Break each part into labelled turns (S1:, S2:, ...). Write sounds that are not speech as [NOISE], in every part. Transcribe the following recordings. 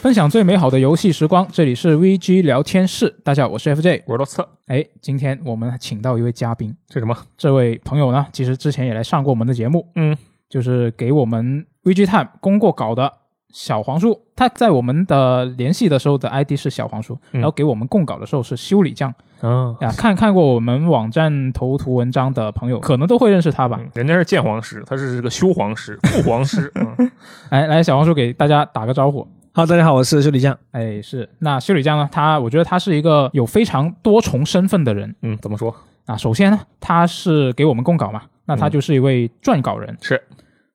S1: 分享最美好的游戏时光，这里是 VG 聊天室。大家好，我是 FJ。
S2: 我是罗策，
S1: 哎，今天我们请到一位嘉宾，
S2: 这什么？
S1: 这位朋友呢，其实之前也来上过我们的节目，
S2: 嗯，
S1: 就是给我们 VG Time 公过稿的小黄书。他在我们的联系的时候的 ID 是小黄书，
S2: 嗯
S1: 然后给我们供稿的时候是修理匠
S2: 啊，
S1: 啊。看看过我们网站头图文章的朋友，可能都会认识他吧。
S2: 嗯人家是鉴黄师，他是这个修黄师、复黄师。嗯
S1: [LAUGHS] 哎，来，小黄书给大家打个招呼。
S3: 好，大家好，我是修理匠。
S1: 哎，是那修理匠呢？他我觉得他是一个有非常多重身份的人。
S2: 嗯，怎么说？
S1: 啊，首先呢，他是给我们供稿嘛，那他
S2: 嗯
S1: 就是一位撰稿人。
S2: 是，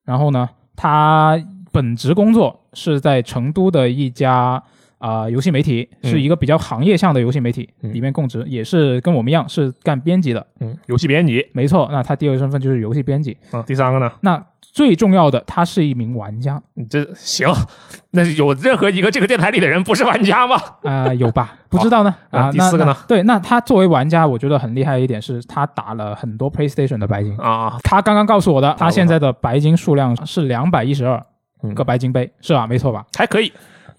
S1: 然后呢，他本职工作是在成都的一家啊、游戏媒体，
S2: 嗯
S1: 是一个比较行业向的游戏媒体、
S2: 嗯
S1: 里面供职，也是跟我们一样是干编辑的，
S2: 嗯，游戏编辑
S1: 没错。那他第二个身份就是游戏编辑。
S2: 啊。第三个呢？
S1: 那最重要的，他是一名玩家
S2: 你这行， [LAUGHS] 那有任何一个这个电台里的人不是玩家吗？
S1: 啊、有吧？不知道呢啊、
S2: 啊第四个
S1: 那？
S2: 呢
S1: 那对，那他作为玩家，我觉得很厉害的一点是他打了很多 PlayStation 的白金。
S2: 啊，
S1: 他刚刚告诉我的，
S2: 好
S1: 他现在的白金数量是两百一十二
S2: 嗯
S1: 个白金杯，是吧？没错吧？
S2: 还可以。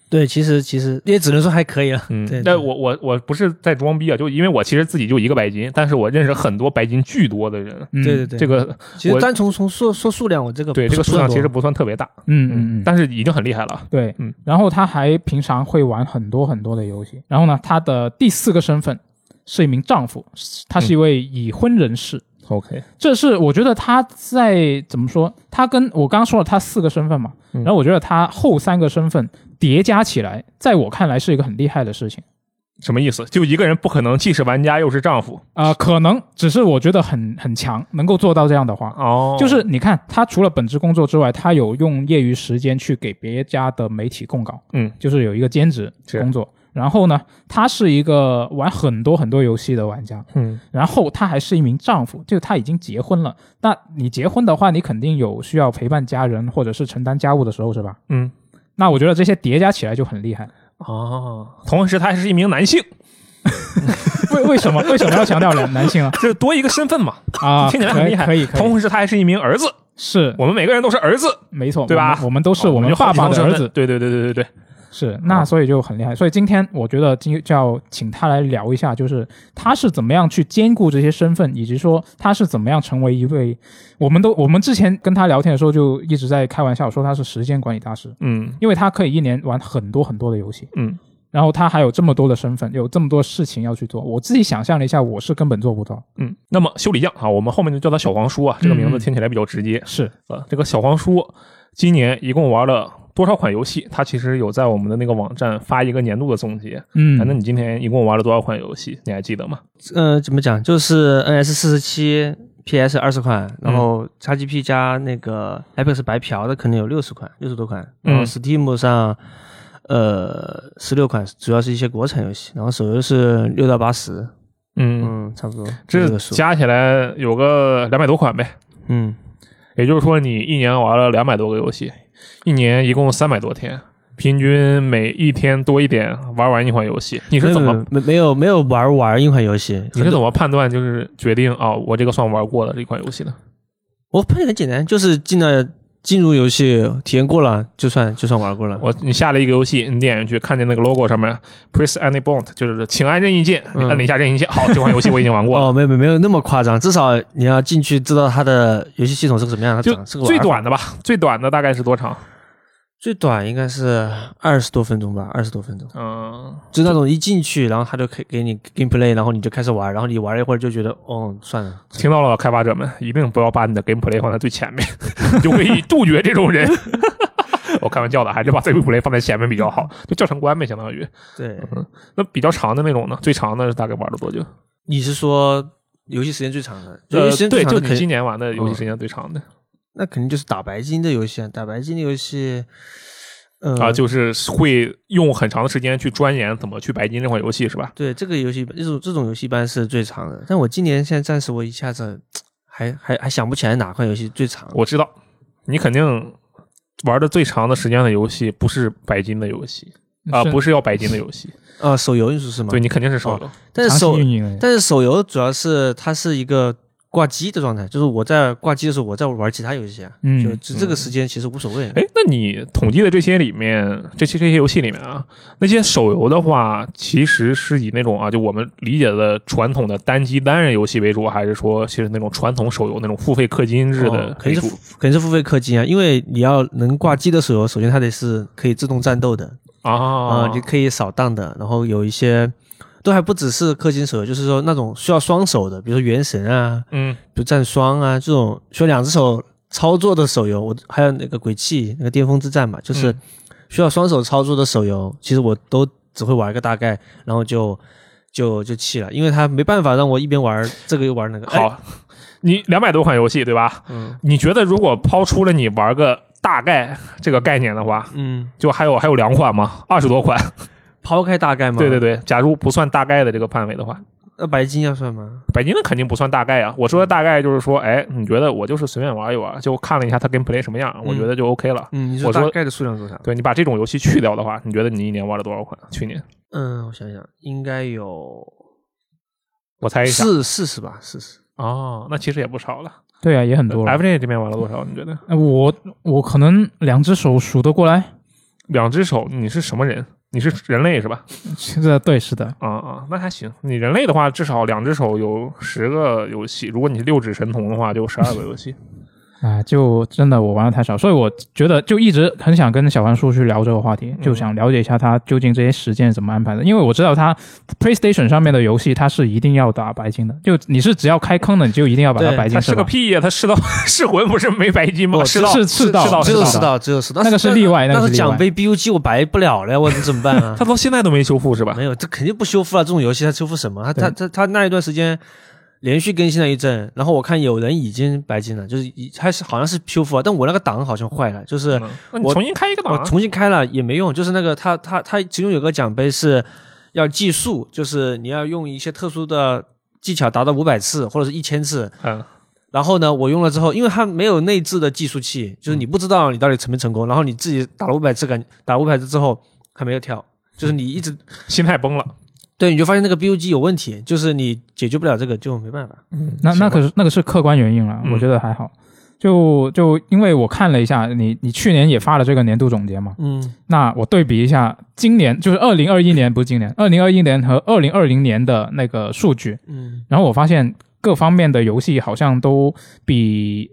S3: 对，其实其实也只能说还可以了。
S2: 嗯
S3: 对，
S2: 但
S3: 对
S2: 我我我不是在装逼啊，就因为我其实自己就一个白金，但是我认识很多白金巨多的人。
S1: 嗯、
S3: 对对，对，
S2: 这个
S3: 其实
S2: 我
S3: 单从从说说数量，我这个
S2: 对
S3: 不
S2: 这个数量
S3: 不
S2: 其
S3: 算
S2: 实
S3: 多
S2: 不算特别大，
S1: 嗯嗯嗯，
S2: 但是已经很厉害了。
S1: 对，
S2: 嗯。
S1: 然后他还平常会玩很多很多的游戏。然后呢，他的第四个身份是一名丈夫，是他
S2: 嗯
S1: 是一位已婚人士。
S2: OK，
S1: 这是我觉得他在怎么说？他跟我刚刚说了他四个身份嘛，
S2: 嗯
S1: 然后我觉得他后三个身份叠加起来，在我看来是一个很厉害的事情
S2: 什么意思？就一个人不可能既是玩家又是丈夫
S1: 啊、呃可能只是我觉得很很强，能够做到这样的话，
S2: 哦
S1: 就是你看，他除了本职工作之外，他有用业余时间去给别家的媒体供稿，
S2: 嗯，
S1: 就是有一个兼职
S2: 是
S1: 工作。然后呢，他是一个玩很多很多游戏的玩家，
S2: 嗯
S1: 然后他还是一名丈夫，就是他已经结婚了。那你结婚的话，你肯定有需要陪伴家人或者是承担家务的时候，是吧？
S2: 嗯
S1: 那我觉得这些叠加起来就很厉害。
S2: 哦，同时他还是一名男性，
S1: 为为 [LAUGHS] 什么为什么要强调男男性啊？
S2: 就是多一个身份嘛。
S1: [LAUGHS] 啊，
S2: 听起来很
S1: 可以
S2: 厉害
S1: 可以可以，
S2: 同时他还是一名儿子，
S1: 是
S2: 我们每个人都是儿子，
S1: 没错，
S2: 对吧
S1: 我们我们都是
S2: 我
S1: 哦我们
S2: 就
S1: 爸爸
S2: 双
S1: 的
S2: 身
S1: 儿
S2: 份
S1: 子，
S2: 对对对对对对，
S1: 是，那
S2: 嗯
S1: 所以就很厉害。所以今天我觉得今就要请他来聊一下，就是他是怎么样去兼顾这些身份，以及说他是怎么样成为一位，我们都我们之前跟他聊天的时候就一直在开玩笑说他是时间管理大师，
S2: 嗯
S1: 因为他可以一年玩很多很多的游戏，
S2: 嗯，
S1: 然后他还有这么多的身份，有这么多事情要去做。我自己想象了一下，我是根本做不到。
S2: 嗯。那么修理匠啊，我们后面就叫他小黄书啊，这个名
S1: 嗯
S2: 字听起来比较直接。
S1: 是，
S2: 呃，这个小黄书今年一共玩了多少款游戏？他其实有在我们的那个网站发一个年度的总结。
S1: 嗯，
S2: 反正你今天一共玩了多少款游戏？你还记得吗？
S3: 呃怎么讲，就是 NS 四十七、PS 二十款，
S2: 嗯
S3: 然后 XGP 加那个 Apex 白嫖的可能有六十款，六十多款，然后
S2: 嗯
S3: Steam 上。呃，十六款主要是一些国产游戏，然后手游是六到八十，
S2: 嗯，
S3: 嗯，差不多
S2: 这
S3: 个数，
S2: 加起来有个两百多款呗。
S3: 嗯，
S2: 也就是说，你一年玩了两百多个游戏，一年一共三百多天，平均每一天多一点玩完一款游戏。你
S3: 你
S2: 是怎么？
S3: 没没有没有玩玩一款游戏？
S2: 你是怎么判断就是决定啊、我这个算玩过了这款游戏的？
S3: 我判断很简单，就是进了进入游戏体验过了，就算就算玩过了。
S2: 我你下了一个游戏，你点进去看见那个 logo 上面 press any button，就是请按任意键，
S3: 嗯
S2: 按了一下任意键，好，这款游戏我已经玩过了。
S3: 哦，没有没有没有那么夸张，至少你要进去知道它的游戏系统是个什么样的，
S2: 就
S3: 它长是个玩
S2: 最
S3: 法
S2: 短的吧，最短的大概是多长？
S3: 最短应该是二十多分钟吧，二十多分钟，
S2: 嗯，
S3: 就那种一进去，然后它就可以给你 gameplay，然后你就开始玩，然后你玩了一会儿就觉得，哦，算了，
S2: 听到了，开发者们一定不要把你的 gameplay 放在最前面， [LAUGHS] 你就可以杜绝这种人。 [LAUGHS] 我开玩笑的，还是把 gameplay 放在前面比较好，就教程关呗，相当于。
S3: 对，
S2: 那比较长的那种呢？最长的是大概玩了多久？
S3: 你是说游戏时间最长的？游
S2: 呃
S3: 戏时，间最
S2: 对，
S3: 长
S2: 就
S3: 的嗯
S2: 你
S3: 肯
S2: 今
S3: 定，
S2: 年玩的游戏时间最长的
S3: 那肯定就是打白金的游戏啊，打白金的游戏，嗯、
S2: 啊，就是会用很长的时间去钻研怎么去白金这款游戏，是吧？
S3: 对，这个游戏这种这种游戏一般是最长的，但我今年现在暂时我一下子还还还想不起来哪款游戏最长。
S2: 我知道，你肯定玩的最长的时间的游戏不是白金的游戏啊，不
S1: 嗯是
S2: 是要白金的游戏，
S3: 呃，手游你说是吗？
S2: 对，你肯定是手游。
S3: 但是
S1: 长期
S3: 手
S1: 运营的人，
S3: 但是手游主要是它是一个挂机的状态，就是我在挂机的时候，我在玩其他游戏啊，
S1: 嗯
S3: 就这这个时间其实无所谓。
S2: 哎，那你统计的这些里面，这些这些游戏里面啊，那些手游的话，其实是以那种啊，就我们理解的传统的单机单人游戏为主，还是说其实那种传统手游那种付费氪金制的
S3: 哦肯
S2: 为
S3: 定
S2: 主？
S3: 是肯定是付费氪金啊，因为你要能挂机的时候，首先它得是可以自动战斗的啊、
S1: 哦
S2: 啊，
S3: 你可以扫荡的，然后有一些都还不只是氪金手游，就是说那种需要双手的，比如说原神啊，
S2: 嗯
S3: 比如战双啊这种需要两只手操作的手游，我还有那个鬼泣那个巅峰之战嘛，就是
S2: 嗯
S3: 需要双手操作的手游，其实我都只会玩个大概，然后就。就就弃了，因为它没办法让我一边玩这个又玩那个。哎
S2: 好，你两百多款游戏对吧？
S3: 嗯
S2: 你觉得如果抛出了你玩个大概这个概念的话，
S3: 嗯，
S2: 就还有还有两款吗？二十多款？
S3: 抛开大概嘛，
S2: 对对对，假如不算大概的这个范围的话，
S3: 那白金要算吗？
S2: 北京的肯定不算大概啊。我说的大概就是说，哎，你觉得我就是随便玩一玩，就看了一下它 gameplay 什么样，我觉得就 OK 了。
S3: 嗯，你
S2: 我说
S3: 概的数量多少？
S2: 对你把这种游戏去掉的话，你觉得你一年玩了多少款？去年
S3: 嗯，我想想，应该有
S2: 我猜一下
S3: 四四十吧，四十。
S2: 哦，那其实也不少了。
S1: 对啊，也很多了。
S2: FJ 这边玩了多少？你觉得
S1: 呃我我可能两只手数得过来，
S2: 两只手？你是什么人？你是人类是吧？
S1: 是的，对，是的，
S2: 啊、啊，那还行。你人类的话，至少两只手有十个游戏；如果你是六指神童的话，就十二个游戏。
S1: 啊、就真的我玩的太少，所以我觉得就一直很想跟小樊叔去聊这个话
S2: 嗯
S1: 题，就想了解一下他究竟这些时间是怎么安排的，因为我知道他 PlayStation 上面的游戏他是一定要打白金的，就你是只要开坑了你就一定要把它
S3: 对
S1: 白金
S2: 他是个
S1: 吧？
S2: 屁呀、他世道世魂 [LAUGHS] 不是没白金吗？
S3: 不
S2: 世道
S1: 是是
S2: 世道
S1: 道
S2: 世
S3: 只有
S1: 道
S3: 十道，只有十道，
S1: 那个是
S3: 但
S1: 例外那
S3: 但
S1: 个是
S3: 是
S1: 例外
S3: 奖杯 BUG 我白不了了呀，我能怎么办啊
S2: 他？到现在都没修复是吧？
S3: 没有，这肯定不修复啊！这种游戏它修复什么？它它它它那一段时间连续更新了一阵，然后我看有人已经白金了，就是已还是好像是修复了，啊但我那个档好像坏了，就是
S2: 嗯那你
S3: 我
S2: 重新开一个档
S3: 我
S2: 啊，
S3: 重新开了也没用，就是那个它它它其中有个奖杯是要计数，就是你要用一些特殊的技巧达到五百次或者是一千次。
S2: 嗯
S3: 然后呢，我用了之后，因为它没有内置的计数器，就是
S2: 嗯
S3: 你不知道你到底成没成功。然后你自己打了五百次，感打五百次之后还没有跳，就是你一直
S2: 心态崩了。
S3: 对你就发现那个 BUG 有问题，就是你解决不了这个就没办法。
S2: 嗯
S1: 那那可是那个是客观原因了，
S2: 嗯
S1: 我觉得还好。就就因为我看了一下你你去年也发了这个年度总结嘛，
S3: 嗯，
S1: 那我对比一下今年就是二零二一年不是今年二零二一年和二零二零年的那个数据，
S3: 嗯，
S1: 然后我发现各方面的游戏好像都比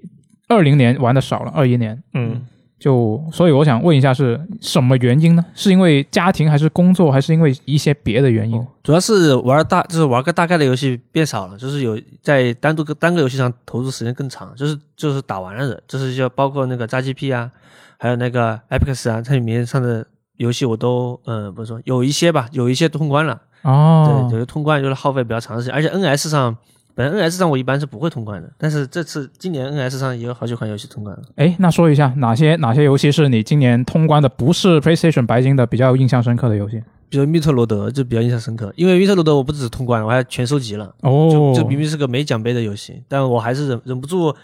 S1: 二零年玩的少了，二一年
S2: 嗯，
S1: 就，所以我想问一下是什么原因呢？是因为家庭还是工作，还是因为一些别的原因？
S3: 主要是玩大，就是玩个大概的游戏变少了，就是有在单独个单个游戏上投入时间更长，就是就是打完了的，就是就包括那个扎 GP 啊，还有那个 Apex 啊，它里面上的游戏我都嗯，不是说有一些吧，有一些通关了，
S1: 哦，
S3: 对，有些通关就是耗费比较长的时间，而且 NS 上。本来 NS 上我一般是不会通关的，但是这次今年 NS 上也有好几款游戏通关了。
S1: 哎，那说一下哪些哪些游戏是你今年通关的，不是 PlayStation 白金的比较印象深刻的游戏？
S3: 比如密特罗德就比较印象深刻，因为密特罗德我不只是通关了，我还全收集了。
S1: 哦
S3: 就，就明明是个没奖杯的游戏，但我还是忍忍不住，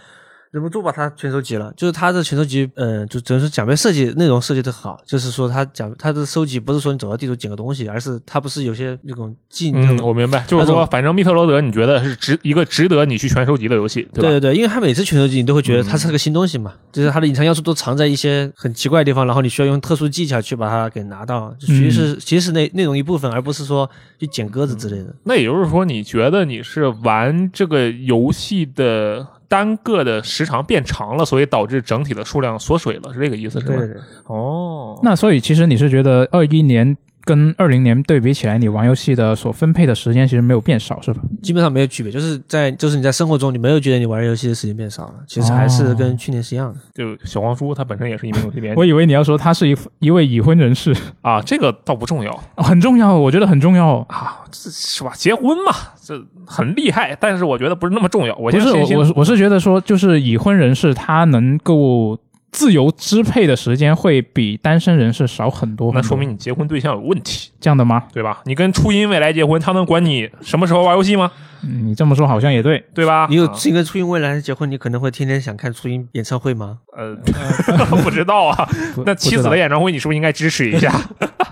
S3: 忍不住把它全收集了。就是它的全收集，呃，就只能说奖杯设计内容设计的好，就是说它奖它的收集不是说你走到地图捡个东西，而是它不是有些那种技能。
S2: 嗯，我明白，就是
S3: 那
S2: 说，
S3: 种
S2: 反正密特罗德你觉得是值一个值得你去全收集的游戏，
S3: 对
S2: 吧？
S3: 对对，因为它每次全收集，你都会觉得它是个新东西嘛，就是它的隐藏要素都藏在一些很奇怪的地方，然后你需要用特殊技巧去把它给拿到，就其实是、其实是内内容一部分，而不是说去捡鸽子之类的。
S2: 那也就是说，你觉得你是玩这个游戏的单个的时长变长了，所以导致整体的数量缩水了，是这个意思是吗？
S3: 对。
S2: 哦，
S1: 那所以其实你是觉得二一年跟二零年对比起来，你玩游戏的所分配的时间其实没有变少，是吧？
S3: 基本上没有区别，就是在就是你在生活中，你没有觉得你玩游戏的时间变少了，其实还是跟去年是一样的。
S1: 哦
S2: 就小黄书它本身也是一名游戏编辑
S1: 我以为你要说他是一一位已婚人士，
S2: 啊，这个倒不重要
S1: 哦很重要，我觉得很重要。
S2: 啊，这是吧？结婚嘛，这很厉害，但是我觉得不是那么重要。
S1: 不
S2: 我现在
S1: 是
S2: 先
S1: 我，我
S2: 先
S1: 是我是觉得说，就是已婚人士他能够自由支配的时间会比单身人士少很多很多
S2: 那说明你结婚对象有问题，
S1: 这样的吗？
S2: 对吧？你跟初音未来结婚，他能管你什么时候玩游戏吗？
S1: 嗯你这么说好像也对，
S2: 对吧？
S3: 你有
S2: 啊
S3: 幸跟初音未来结婚，你可能会天天想看初音演唱会吗？
S2: 呃， [LAUGHS] 不知
S1: [LAUGHS]
S2: 道啊。
S1: 不
S2: 那
S1: 嗯不
S2: 妻
S1: 知
S2: 子
S1: 道嗯
S2: 的演唱会，你是不是应该支持一下？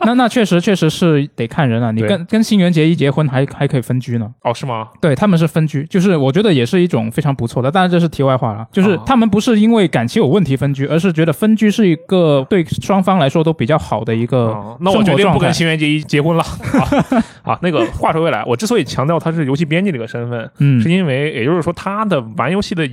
S1: 那那确实确实是得看人啊，你
S2: 对
S1: 跟跟新垣结衣结婚还还可以分居呢。
S2: 哦，是吗？
S1: 对，他们是分居，就是我觉得也是一种非常不错的，当然这是题外话了。就是
S2: 哦
S1: 他们不是因为感情有问题分居，而是觉得分居是一个对双方来说都比较好的一个
S2: 哦，那
S1: 嗯
S2: 我
S1: 生
S2: 决
S1: 活
S2: 定
S1: 状
S2: 不
S1: 态
S2: 跟。新垣结衣结婚
S1: [LAUGHS]
S2: 了。啊，啊那个话说回来，我之所以强调他是游戏编辑这个身份，
S1: 嗯
S2: 是因为也就是说他的玩游戏的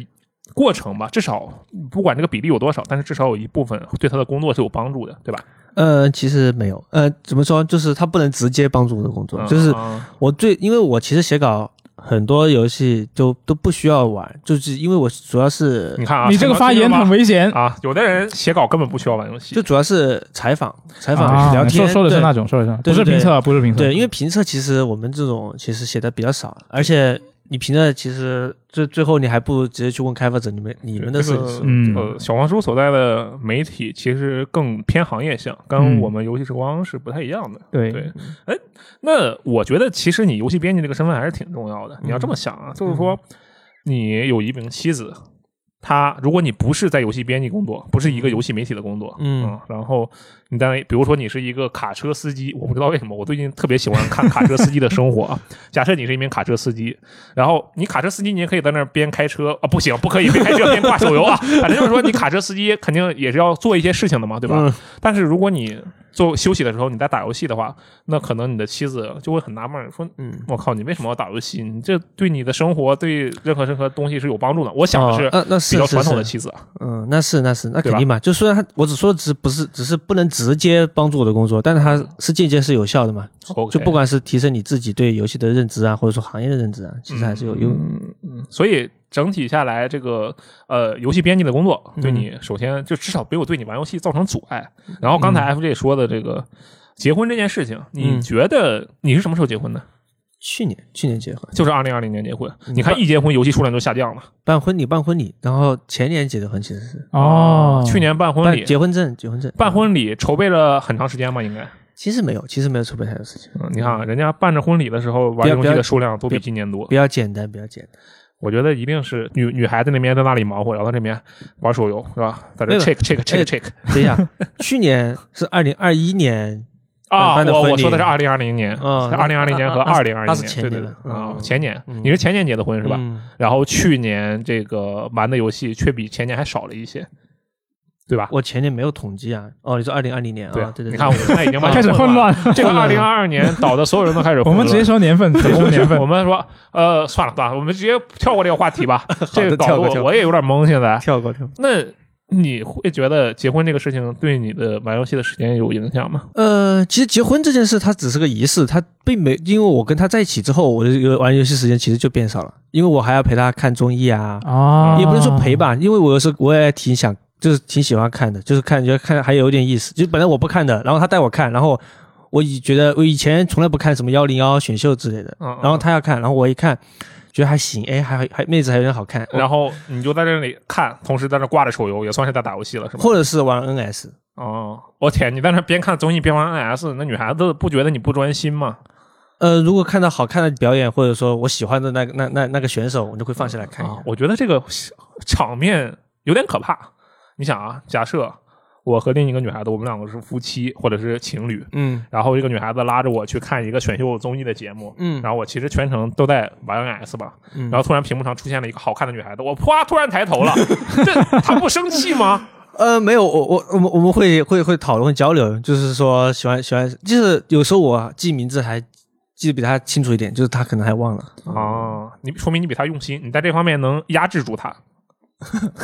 S2: 过程吧，至少不管这个比例有多少，但是至少有一部分对他的工作是有帮助的，对吧？
S1: 嗯
S3: 呃，其实没有，呃，怎么说，就是它不能直接帮助我的工作，
S2: 嗯
S3: 就是
S2: 嗯
S3: 我最，因为我其实写稿很多游戏都都不需要玩，就是因为我主要是
S2: 你看啊，
S1: 你这个发言很危险
S2: 啊，有的人写稿根本不需要玩游戏，
S3: 就主要是采访、采访、
S1: 啊！
S3: 聊
S1: 说
S3: 天，
S1: 说的是
S3: 对
S1: 那种，说的是那种，
S3: 对
S1: 不是
S3: 对对
S1: 评测啊，不是评测。
S3: [LAUGHS]
S2: [LAUGHS]
S3: 对，因为评测其实我们这种其实写的比较少，而且你评测其实最最后你还不如直接去问开发者，你们你们的设
S2: 这
S3: 计
S2: 个
S3: 师。
S1: 嗯
S2: 呃，小黄书所在的媒体其实更偏行业向，跟
S1: 嗯
S2: 我们游戏时光是不太一样的。
S1: 对
S2: 对，哎，那我觉得其实你游戏编辑这个身份还是挺重要的。你要这么想啊，就是说你有一名妻子，她如果你不是在游戏编辑工作，不是一个游戏媒体的工作，啊
S3: 嗯
S2: 然后你在比如说你是一个卡车司机，我不知道为什么我最近特别喜欢看卡车司机的生活啊。 [LAUGHS] 假设你是一名卡车司机，然后你卡车司机你也可以在那儿边开车啊，不行，不可以边开车边挂手游啊，反正就是说你卡车司机肯定也是要做一些事情的嘛，对吧？
S3: 嗯
S2: 但是如果你做休息的时候你在打游戏的话，那可能你的妻子就会很纳闷，说
S3: 嗯，
S2: 我靠，你为什么要打游戏？你这对你的生活、对任何任何东西是有帮助的。我想的啊是
S3: 哦那那是
S2: 比较
S3: 是
S2: 传统的
S3: 是
S2: 妻子啊，
S3: 嗯，那是那是那
S2: 对
S3: 肯
S2: 吧
S3: 定嘛，就虽然他我只说只不是只是不能直接帮助我的工作，但是它是间接是有效的嘛，
S2: 嗯 OK
S3: 就不管是提升你自己对游戏的认知啊，或者说行业的认知啊，其实还是有用。
S2: 嗯所以整体下来，这个呃，游戏编辑的工作对你首先就至少没有对你玩游戏造成阻碍。然后刚才 FJ 说的这个结婚这件事情，你
S3: 嗯
S2: 觉得你是什么时候结婚的？
S3: 去年去年结婚
S2: 就是二零二零年结婚。
S3: 嗯
S2: 你看一结婚，游戏数量就下降了。
S3: 办婚礼办婚礼，然后前年结的婚其实是
S1: 哦，
S2: 去年办婚
S3: 办
S2: 礼，
S3: 结婚证结婚证
S2: 办，婚礼筹备了很长时间吧？应该。
S3: 其实没有其实没有储备太多事情，
S2: 嗯，你看啊，人家办着婚礼的时候玩
S3: 别
S2: 游戏
S3: 别
S2: 的数量都比
S3: 别
S2: 今年多
S3: 比。较简单比较简单。
S2: 我觉得一定是女女孩子那边在那里忙活，然后那边玩手游是吧？在这
S3: 没有
S2: check check
S3: 哎
S2: check check
S3: 等一下，去年是二零二一年，
S2: 啊！
S3: 办的
S2: 我
S3: 婚
S2: 我说的
S3: 礼
S2: 是二零二零年，
S3: 嗯
S2: 二零二零年和
S3: 那
S2: 二
S3: 是
S2: 零二一
S3: 那是
S2: 年，
S3: 前
S2: 对对
S3: 年
S2: 对
S3: 了
S2: 啊，
S3: 嗯
S2: 前年
S3: 嗯
S2: 你是前年结的 [LAUGHS] 婚是吧？
S3: 嗯
S2: 然后去年这个玩的游戏却比前年还少了一些，对吧？
S3: 我前年没有统计啊。哦，你说二零二零年啊？对对对，
S2: 你看我们现在已经
S3: [LAUGHS]
S2: 完全
S1: 啊开始混
S2: 混
S1: 乱。了。
S2: 这个二零二二年导的所 [LAUGHS] 有人都开始混
S1: 我
S2: 乱，
S1: 们直接说年份，直接
S2: 我
S3: [LAUGHS]
S1: 说
S2: 们 [LAUGHS]
S1: 年份
S2: 我。们说，呃，算了算了，我们直接跳过这个话题
S3: [LAUGHS]
S2: 吧。这个搞得
S3: 跳过
S2: 我
S3: 跳过
S2: 我也有点懵。现在，
S3: 跳过跳过。
S2: 那你会觉得结婚这个事情对你的玩游戏的时间有影响吗？
S3: 呃，其实结婚这件事，它只是个仪式，它并没因为我跟他在一起之后，我的这个玩游戏时间其实就变少了，因为我还要陪他看综艺啊，
S1: 啊，
S3: 也不能说陪吧，因为我是我也挺想，就是挺喜欢看的，就是看觉得看还有点意思，就本来我不看的，然后他带我看，然后我以觉得我以前从来不看什么幺零幺选秀之类的，
S2: 嗯，
S3: 然后他要看，然后我一看，觉得还行，哎，还还妹子还有点好看，
S2: 然后你就在这里看，同时在那挂着手游，也算是在打游戏了，是吗？
S3: 或者是玩 NS，
S2: 哦，我天，你在那边看综艺边玩 NS，那女孩子不觉得你不专心吗？
S3: 呃，如果看到好看的表演，或者说我喜欢的那个那那那个选手，我就会放下来看一
S2: 啊
S3: 下，。
S2: 我觉得这个场面有点可怕。你想啊，假设我和另一个女孩子，我们两个是夫妻或者是情侣，
S3: 嗯
S2: 然后这个女孩子拉着我去看一个选秀综艺的节目，
S3: 嗯
S2: 然后我其实全程都在玩 NS 吧，
S3: 嗯
S2: 然后突然屏幕上出现了一个好看的女孩子，我啪突然抬头
S3: [LAUGHS]
S2: 了，这她不生气吗？
S3: 呃，没有，我我我们我们会会会讨论会交流，就是说喜欢喜欢，就是有时候我记名字还记得比他清楚一点，就是他可能还忘了。
S2: 啊，你说明你比她用心，你在这方面能压制住她。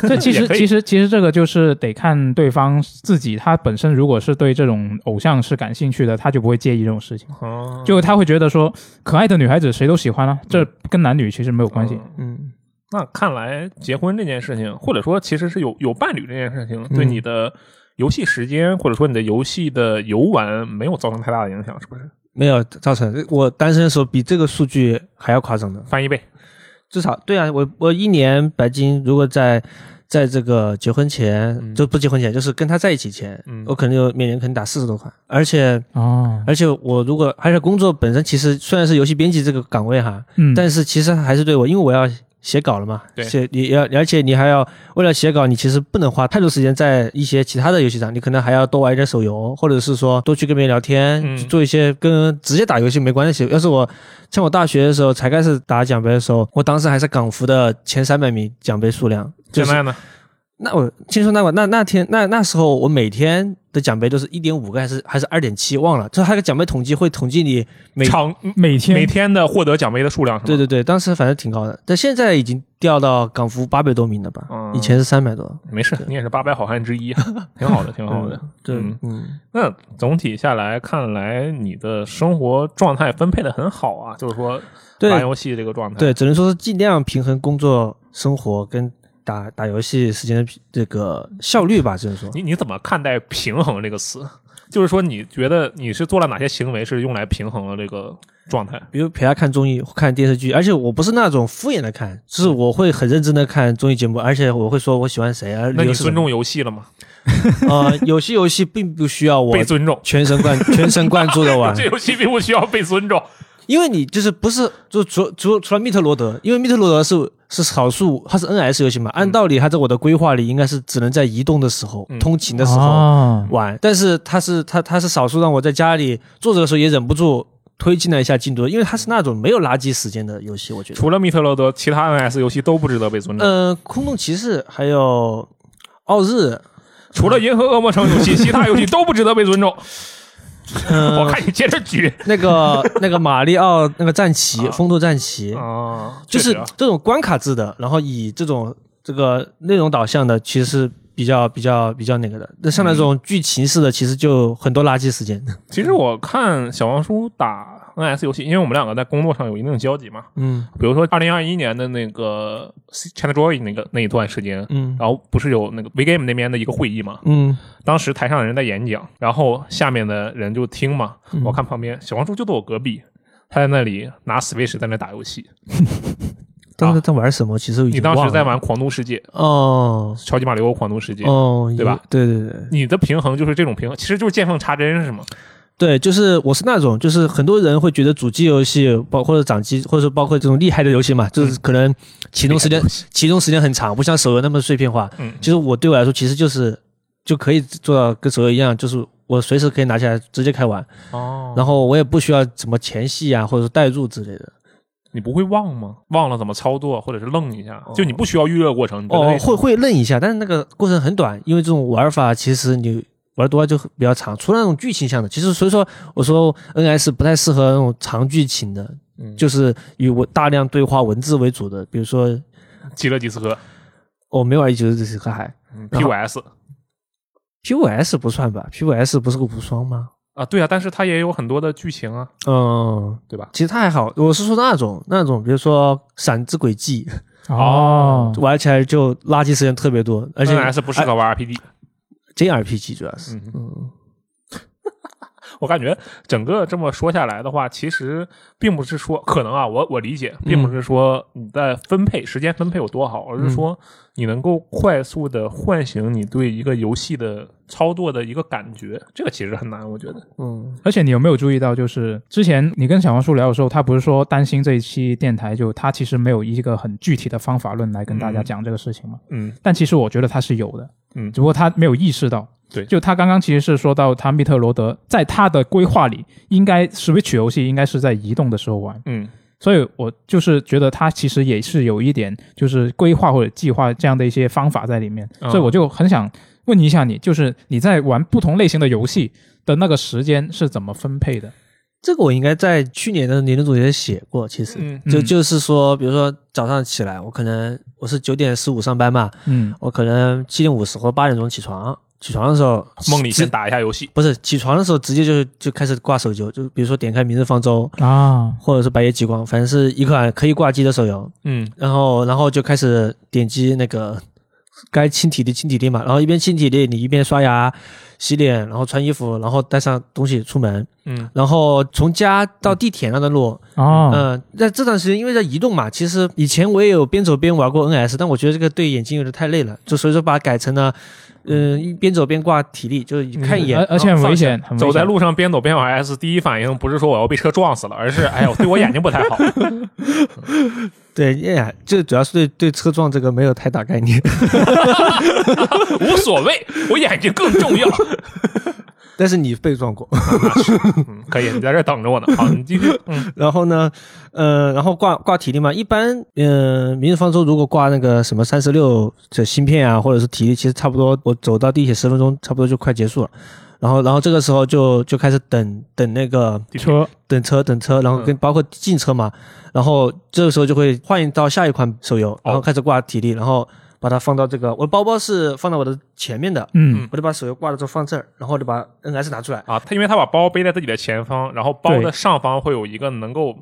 S1: 这其
S2: 也
S1: 实
S2: 可以
S1: 其实其实这个就是得看对方自己，他本身如果是对这种偶像是感兴趣的，他就不会介意这种事情，
S2: 啊，
S1: 就他会觉得说可爱的女孩子谁都喜欢啊，这跟男女其实没有关系。
S2: 嗯
S3: 嗯，
S2: 那看来结婚这件事情，或者说其实是有有伴侣这件事
S3: 嗯
S2: 情，对你的游戏时间或者说你的游戏的游玩没有造成太大的影响，是不是？
S3: 没有造成我单身的时候比这个数据还要夸张的，
S2: 翻一倍
S3: 至少对啊，我我一年白金如果在在这个结婚前、
S2: 嗯
S3: 就不结婚前，就是跟他在一起前，
S2: 嗯
S3: 我可能有每年可能打四十多款，而且
S1: 哦，
S3: 而且我如果而且工作本身其实虽然是游戏编辑这个岗位哈，
S1: 嗯，
S3: 但是其实还是对我，因为我要写稿了嘛，
S2: 对
S3: 写你要，而且你还要为了写稿，你其实不能花太多时间在一些其他的游戏上，你可能还要多玩一点手游，或者是说多去跟别人聊天，
S2: 嗯
S3: 做一些跟直接打游戏没关系。要是我像我大学的时候才开始打奖杯的时候，我当时还是港服的前三百名奖杯数量，
S2: 现
S3: 就是
S2: 在呢？
S3: 那我听说那我那那天那那时候我每天的奖杯都是一点五个还是还是二点七忘了，就它有个奖杯统计会统计你每
S2: 场
S1: 每天
S2: 每天的获得奖杯的数量是吗？
S3: 对对对，当时反正挺高的，但现在已经掉到港服八百多名了吧？
S2: 嗯
S3: 以前是三百多。
S2: 没事，你也是八百好汉之 [LAUGHS] 一，挺好的，挺好的。
S3: 对
S2: 嗯，
S3: 嗯，
S2: 那总体下来，看来你的生活状态分配的很好啊，就是说玩
S3: 对
S2: 游戏这个状态。
S3: 对，只能说是尽量平衡工作、生活跟打打游戏时间的这个效率吧，只能说。
S2: 你你怎么看待“平衡”这个词？就是说，你觉得你是做了哪些行为是用来平衡了这个状态？
S3: 比如陪他看综艺、看电视剧，而且我不是那种敷衍的看，就是我会很认真的看综艺节目，而且我会说我喜欢谁啊。
S2: 那
S3: 理
S2: 你
S3: 由是
S2: 尊
S3: 什么
S2: 重游戏了吗？
S3: 呃，有些游戏并不需要我
S2: 被尊重，
S3: 全神贯全神贯注的玩
S2: 这，游戏并不需要被尊重。
S3: 因为你就是不是就除除除了密特罗德，因为密特罗德是是少数，它是 NS 游戏嘛，按道理它在我的规划里应该是只能在移动的时候、
S2: 嗯
S3: 通勤的时候
S1: 哦，
S3: 玩，但是它是它它是少数让我在家里坐着的时候也忍不住推进了一下进度的，因为它是那种没有垃圾时间的游戏，我觉
S2: [LAUGHS]
S3: 得。
S2: 除了密特罗德，其他 NS 游戏都不值得被尊重。
S3: 呃，空洞骑士还有奥日，
S2: 除了银河恶魔城 [LAUGHS] 游戏，其他游戏都不值得被尊重。
S3: 嗯、
S2: [LAUGHS] 我看你接着举
S3: 那个那个马里奥那个战旗
S2: [LAUGHS] 啊
S3: 《风斗战旗》
S2: 啊，
S3: 就是
S2: 确实啊
S3: 这种关卡制的，然后以这种这个内容导向的，其实是比较比较比较那个的。那像那种剧情式的，其实就很多垃圾时间。
S2: 其实我看小王叔打 NS 游戏，因为我们两个在工作上有一定的交集嘛。
S3: 嗯
S2: 比如说二零二一年的那个 China Joy 那个那一段时间，
S3: 嗯
S2: 然后不是有那个 VGame 那边的一个会议嘛？
S3: 嗯，
S2: 当时台上的人在演讲，然后下面的人就听嘛。
S3: 嗯
S2: 我看旁边小王叔就坐我隔壁，他在那里拿 Switch 在那打游戏。
S3: 当时在玩什么？其实我已
S2: 你
S3: 经
S2: 当
S3: 忘
S2: 时
S3: 了
S2: 在玩《狂怒世界》
S3: 哦
S2: 《超级马里奥狂怒世界》
S3: 哦，
S2: 对吧
S3: 有？对对对
S2: 你的平衡就是这种平衡，其实就是见缝插针，是吗？
S3: 对，就是我是那种，就是很多人会觉得主机游戏，包或者掌机，或者说包括这种厉害的游戏嘛，就是可能启动时间启动时间很长，不像手游那么碎片化。
S2: 嗯
S3: 其实我对我来说，其实就是就可以做到跟手游一样，就是我随时可以拿起来直接开玩，
S2: 哦，
S3: 然后我也不需要什么前戏啊，或者说代入之类的。
S2: 你不会忘吗？忘了怎么操作，或者是愣一下，
S3: 哦
S2: 就你不需要预热过程，你觉得
S3: 哦，会会愣一下，但是那个过程很短，因为这种玩法其实你玩多了就比较长。除了那种剧情向的，其实所以说我说 NS 不太适合那种长剧情的，
S2: 嗯
S3: 就是以文大量对话文字为主的，比如说。
S2: 极乐迪斯科、
S3: 我、没玩一九这是可还
S2: 嗯
S3: 然后
S2: POS
S3: POS 不算吧？POS 不是个无双吗？
S2: 啊，对啊，但是它也有很多的剧情啊，
S3: 嗯，
S2: 对吧？
S3: 其实它还好，我是说那种那种，比如说《闪之轨迹》
S2: 嗯
S1: 哦，
S3: 玩起来就垃圾时间特别多，而且啊
S2: NS 不适合玩 RPG，
S3: JRPG 主要是，
S2: 嗯，
S3: 嗯，
S2: [LAUGHS] 我感觉整个这么说下来的话，其实并不是说可能啊，我我理解，并
S3: 嗯
S2: 不是说你在分配时间分配有多好，而是说你能够快速的唤醒你对一个游戏的操作的一个感觉，这个其实很难，我觉得。
S3: 嗯，
S1: 而且你有没有注意到，就是之前你跟小王叔聊的时候，他不是说担心这一期电台就他其实没有一个很具体的方法论来跟大家讲这个事情嘛？
S2: 嗯
S1: 但其实我觉得他是有的，
S2: 嗯
S1: 只不过他没有意识到。
S2: 对
S1: 就他刚刚其实是说到，他密特罗德在他的规划里，应该 Switch 游戏应该是在移动的时候玩，
S2: 嗯，
S1: 所以我就是觉得他其实也是有一点就是规划或者计划这样的一些方法在里面，
S2: 嗯
S1: 所以我就很想问一下你，就是你在玩不同类型的游戏的那个时间是怎么分配的？
S3: 这个我应该在去年的年度总结写过，其实。
S2: 嗯
S3: 就
S1: 嗯
S3: 就是说，比如说早上起来，我可能我是九点十五上班嘛，
S1: 嗯
S3: 我可能七点五十或八点钟起床。起床的时候，
S2: 梦里先
S3: 直
S2: 打一下游戏，
S3: 不是起床的时候，直接就就开始挂手游，就比如说点开《明日方舟》
S1: 啊，
S3: 或者是《白夜极光》，反正是一款可以挂机的手游。
S2: 嗯
S3: 然后然后就开始点击那个该清体力清体力嘛，然后一边清体力，你一边刷牙、洗脸，然后穿衣服，然后带上东西出门。
S2: 嗯
S3: 然后从家到地铁那段路，
S1: 哦，
S3: 嗯，在这段时间因为在移动嘛，其实以前我也有边走边玩过 NS，但我觉得这个对眼睛有点太累了，就所以说把它改成了，嗯、边走边挂体力，就是看一眼，
S1: 而而且
S3: 然
S1: 很
S3: 后放
S1: 危
S3: 下。
S1: 险，很危
S2: 走在
S1: 险
S2: 路上边走边玩 S，第一反应不是说我要被车撞死了，而是哎呦，对我眼睛不太好。
S3: 对，哎呀，这主要是对对车撞这个没有太大概念，
S2: [LAUGHS]
S3: [LAUGHS]
S2: 无所谓，我眼睛更重要。
S3: 但是你被撞过。
S2: [LAUGHS] 嗯，可以，你在这儿等着我呢。好，你 [LAUGHS] 继续。嗯
S3: 然后呢，呃，然后挂挂体力嘛，一般，嗯、明日方舟如果挂那个什么三十六的芯片啊，或者是体力，其实差不多，我走到地铁十分钟，差不多就快结束了。然后，然后这个时候就就开始等等那个
S2: 地嗯铁
S1: 车，
S3: 等车等车，然后跟包括进车嘛，然后这个时候就会换到下一款手游，
S2: 哦
S3: 然后开始挂体力，然后把它放到这个我的包包是放到我的前面的，
S1: 嗯，
S3: 我就把手游挂了之后放这儿，然后我就把 NS 拿出来，
S2: 啊，他因为他把包背在自己的前方，然后包
S1: 对
S2: 的上方会有一个能够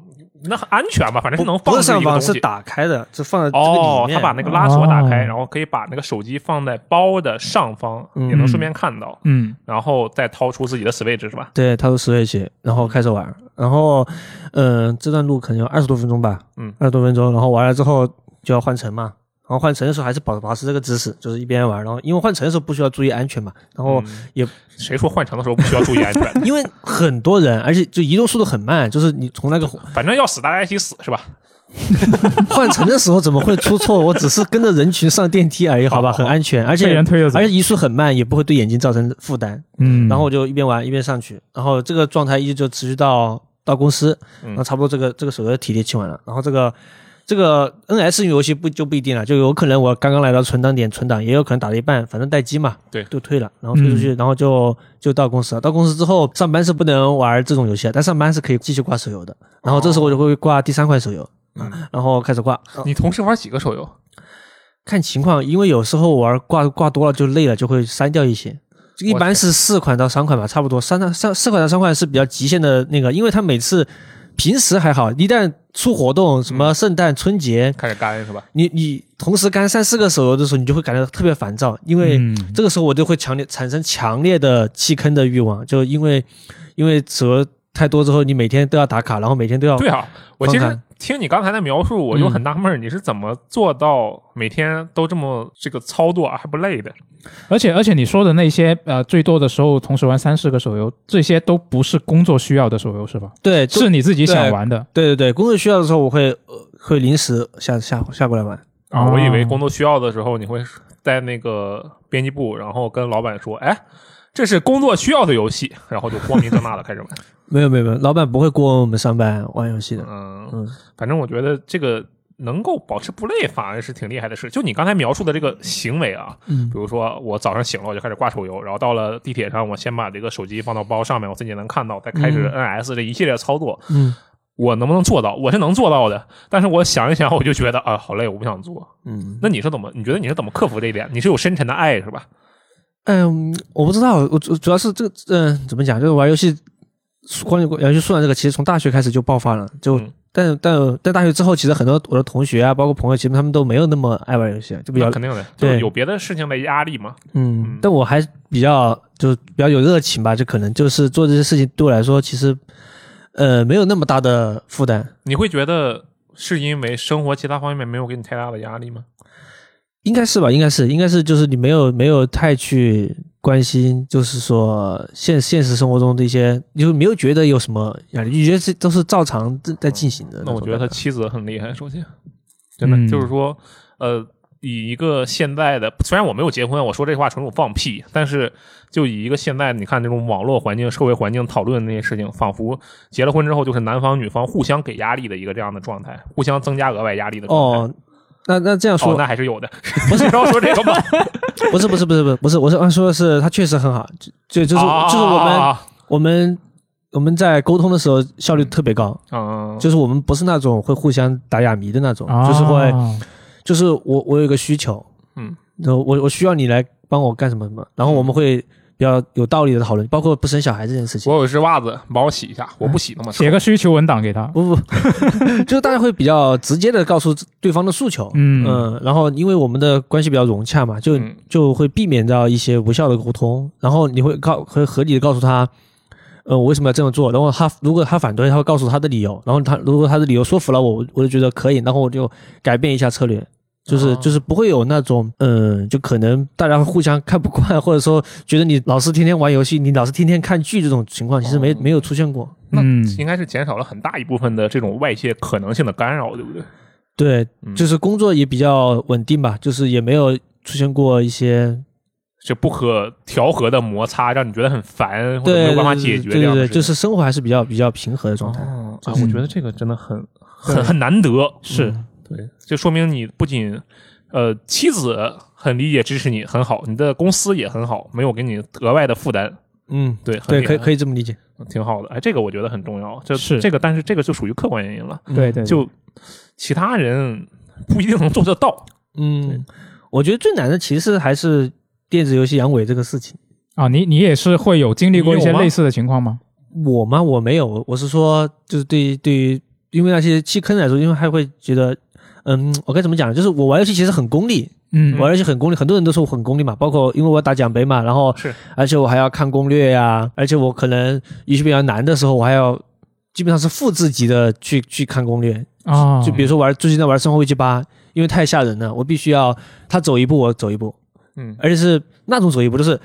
S2: 那很安全吧，反正是能
S3: 不
S2: 放
S3: 是
S2: 置一
S3: 上
S2: 个
S3: 方
S2: 东
S3: 是
S2: 西。
S3: 打开的，就放在这个
S2: 哦
S3: 里，面。
S2: 他把那个拉锁打开，
S1: 哦
S2: 然后可以把那个手机放在包的上方，
S3: 嗯
S2: 也能顺便看到，
S1: 嗯，
S2: 然后再掏出自己的 Switch 是吧？
S3: 对，他说十月起，然后开始玩，然后，嗯、这段路可能有二十多分钟吧，
S2: 嗯
S3: 二十多分钟，然后玩了之后就要换乘嘛，然后换乘的时候还是保保持这个姿势，就是一边玩，然后因为换乘的时候不需要注意安全嘛，然后
S1: 嗯
S3: 也、
S2: 谁说换乘的时候不需要注意安全？ [LAUGHS]
S3: 因为很多人，而且就移动速度很慢，就是你从那个
S2: 反正要死，大家一起死是吧？
S3: 换乘的时候怎么会出错？我只是跟着人群上电梯而已，好吧，
S2: 好好
S3: 很安全，而
S1: 哦被
S3: 且
S1: 人推着走
S3: 而，且移速很慢，也不会对眼睛造成负担，
S1: 嗯，
S3: 然后我就一边玩一边上去，然后这个状态一直就持续到到公司，
S2: 嗯
S3: 然后差不多这个这个手游的体力清完了，然后这个这个 NS 游戏不就不一定了，就有可能我刚刚来到存档点存档，也有可能打了一半，反正待机嘛，
S2: 对嗯
S3: 就退了，然后退出去，然后就就到公司了。到公司之后，上班是不能玩这种游戏的，但上班是可以继续挂手游的。然后这时候我就会挂第三款手游，
S2: 嗯
S3: 啊然后开始挂，
S2: 你同时玩几个手游？
S3: 看情况，因为有时候玩挂挂多了就累了，就会删掉一些。一般是四款到三款吧，差不多三到三四款到三款是比较极限的那个，因为它每次平时还好，一旦出活动，什
S2: 嗯
S3: 么圣诞、春节，
S2: 开始干是吧？
S3: 你你同时干三四个手游的时候，你就会感觉特别烦躁，因为
S1: 嗯
S3: 这个时候我就会强烈产生强烈的弃坑的欲望，就因为因为手游太多之后，你每天都要打卡，然后每天都要
S2: 对啊，我其
S3: 观
S2: 实
S3: 看
S2: 听你刚才的描述，我
S3: 嗯
S2: 就很纳闷儿，你是怎么做到每天都这么这个操作啊还不累的？
S1: 而且而且你说的那些呃，最多的时候同时玩三四个手游，这些都不是工作需要的手游是吧？
S3: 对
S1: 是你自己想玩的
S3: 对对对，工作需要的时候我会呃会临时下下下过来玩。
S2: 啊，
S1: 哦
S2: 我以为工作需要的时候，你会在那个编辑部，然后跟老板说，哎。这是工作需要的游戏，然后就光明正大的开始玩。
S3: 没有没有没有，老板不会过问我们上班玩游戏的。
S2: 嗯，
S3: 嗯，
S2: 反正我觉得这个能够保持不累，反而是挺厉害的事。就你刚才描述的这个行为啊，
S3: 嗯
S2: 比如说我早上醒了我就开始挂手游，然后到了地铁上，我先把这个手机放到包上面，我自己能看到，再开始 NS 这一系列操作，
S3: 嗯
S2: 我能不能做到？我是能做到的，但是我想一想，我就觉得啊，好累，我不想做。
S3: 嗯，
S2: 那你是怎么？你觉得你是怎么克服这一点？你是有深沉的爱是吧？
S3: 嗯，我不知道，我主主要是这个，嗯、怎么讲？就是玩游戏，关于游戏数量这个，其实从大学开始就爆发了。就、
S2: 嗯
S3: 但但但大学之后，其实很多我的同学啊，包括朋友，其实他们都没有那么爱玩游戏，就比较
S2: 那肯定的，就
S3: 对
S2: 是有别的事情的压力嘛。
S3: 嗯，但我还比较就是比较有热情吧，就可能就是做这些事情对我来说，其实呃没有那么大的负担。
S2: 你会觉得是因为生活其他方面没有给你太大的压力吗？
S3: 应该是吧，应该是，应该是，就是你没有没有太去关心，就是说现现实生活中的一些，你就没有觉得有什么压力，你觉得这都是照常在在进行的
S2: 那
S3: 种
S2: 我
S3: 感。
S2: 觉得他妻子很厉害，首先，真的、
S1: 嗯
S2: 就是说，呃，以一个现在的，虽然我没有结婚，啊我说这话纯属放屁，但是就以一个现在你看这种网络环境、社会环境讨论的那些事情，仿佛结了婚之后就是男方女方互相给压力的一个这样的状态，互相增加额外压力的状态。
S3: 哦，那那这样说，
S2: 哦，那还是有的，不是 [LAUGHS] 要说这个吗？
S3: 不是不是不是不是不是，我是说的是他确实很好，就就就是、就是我们、
S2: 啊
S3: 我们我们在沟通的时候效率特别高，
S2: 嗯，哦
S3: 就是我们不是那种会互相打哑谜的那种，
S1: 啊，
S3: 就是会就是我我有一个需求，
S2: 嗯，
S3: 然后我我需要你来帮我干什么什么，然后我们会比较有道理的讨论，包括不生小孩这件事情。
S2: 我有一只袜子，帮我洗一下，我不洗那么臭
S1: 写个需求文档给他，
S3: 不不， [LAUGHS] 就是大家会比较直接的告诉对方的诉求，
S1: 嗯
S3: 然后因为我们的关系比较融洽嘛，就、
S2: 嗯
S3: 就会避免掉一些无效的沟通，然后你会告会合理的告诉他，嗯，我为什么要这么做？然后他如果他反对，他会告诉他的理由，然后他如果他的理由说服了我，我我就觉得可以，然后我就改变一下策略，就是、
S2: 哦
S3: 就是不会有那种嗯，就可能大家互相看不惯，或者说觉得你老是天天玩游戏，你老是天天看剧这种情况，其实没、没有出现过。
S2: 那
S1: 嗯
S2: 应该是减少了很大一部分的这种外界可能性的干扰，对不对？
S3: 对，
S2: 嗯
S3: 就是工作也比较稳定吧，就是也没有出现过一些
S2: 就不可调和的摩擦，让你觉得很烦或者没
S3: 对
S2: 有
S3: 对
S2: 办法
S3: 对
S2: 解决这
S3: 对
S2: 样
S3: 对
S2: 的
S3: 对，
S2: 事情。
S3: 就是生活还是比较比较平和的状态。
S2: 哦，啊，
S1: 是
S2: 我觉得这个真的很
S1: 对
S2: 很很难得，
S1: 是
S3: 嗯
S2: 对，就说明你不仅呃妻子很理解支持你很好，你的公司也很好，没有给你额外的负担，
S3: 嗯，
S2: 对，很
S3: 对，
S2: 厉
S3: 可以
S2: 害
S3: 可以这么理解。
S2: 挺好的。哎，这个我觉得很重要，这
S1: 是
S2: 这个，但是这个就属于客观原因了，
S3: 嗯
S1: 对对，
S2: 就其他人不一定能做得到。对
S3: 嗯，我觉得最难的其实还是电子游戏阳痿这个事情。
S1: 啊，你你也是会有经历过一
S2: 你
S1: 些
S2: 有吗
S1: 类似的情况吗？
S3: 我吗？我没有，我是说，就是对于对于，因为那些弃坑来说，因为还会觉得，嗯，我该怎么讲？就是我玩游戏其实很功利，
S1: 嗯，
S3: 玩游戏很功利，很多人都说我很功利嘛，包括因为我打奖杯嘛，然后
S2: 是
S3: 而且我还要看攻略呀、而且我可能游戏比较难的时候，我还要基本上是副字级的去去看攻略，
S1: 啊，
S3: 就比如说玩最近在玩《生化危机八》，因为太吓人了，我必须要他走一步我走一步，
S2: 嗯，
S3: 而且是那种走一步，就是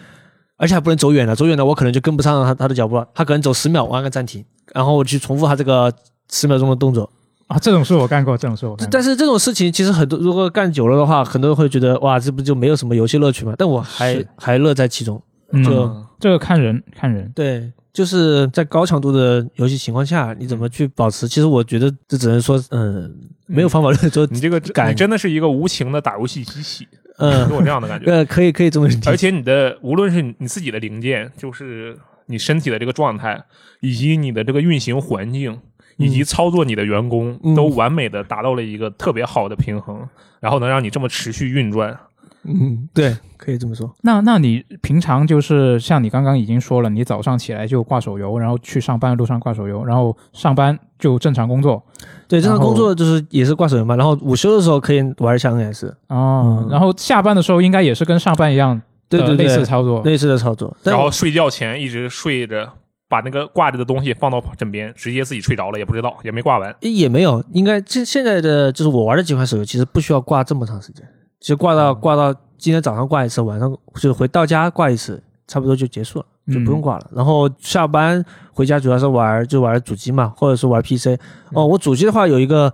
S3: 而且还不能走远了，走远了我可能就跟不上他他的脚步了，他可能走十秒，我按个暂停，然后我去重复他这个十秒钟的动作。
S1: 啊，这种事我干过，这种事我干
S3: 但
S1: 过。
S3: 但是这种事情其实很多，如果干久了的话，很多人会觉得哇，这不就没有什么游戏乐趣嘛？但我还
S1: 是
S3: 还乐在其中。
S1: 嗯
S3: 就
S1: 这个看人看人，
S3: 对，就是在高强度的游戏情况下，你怎么去保持？其实我觉得这只能说，嗯，没有方法论说，
S2: 你这个
S3: 感
S2: 你真的是一个无情的打游戏机器，
S3: 嗯
S2: 给，我这样的感觉。
S3: 呃，可以可以这么理解
S2: 而且你的无论是你自己的零件，就是你身体的这个状态，以及你的这个运行环境，以及操作你的员工，
S3: 嗯
S2: 都完美的达到了一个特别好的平衡，然后能让你这么持续运转。
S3: 嗯，对，可以这么说。
S1: 那那你平常就是像你刚刚已经说了，你早上起来就挂手游，然后去上班的路上挂手游，然后上班就正常工作
S3: 对，正常
S1: 然后
S3: 工作就是也是挂手游嘛，然后午休的时候可以玩一下 NS，
S1: 哦
S3: 嗯，
S1: 然后下班的时候应该也是跟上班一样
S3: 对
S1: 的
S3: 对对，
S1: 呃类似操作。
S3: 类似的操作。但
S2: 然后睡觉前一直睡着，把那个挂着的东西放到枕边，直接自己睡着了，也不知道，也没挂完。
S3: 也没有，应该现现在的就是我玩的几款手游，其实不需要挂这么长时间，其实挂
S1: 嗯
S3: 到挂到今天早上挂一次，晚上就是回到家挂一次，差不多就结束了，就
S1: 嗯
S3: 不用挂了。然后下班回家主要是玩就玩主机嘛，或者是玩 PC。哦，
S1: 嗯
S3: 我主机的话有一个。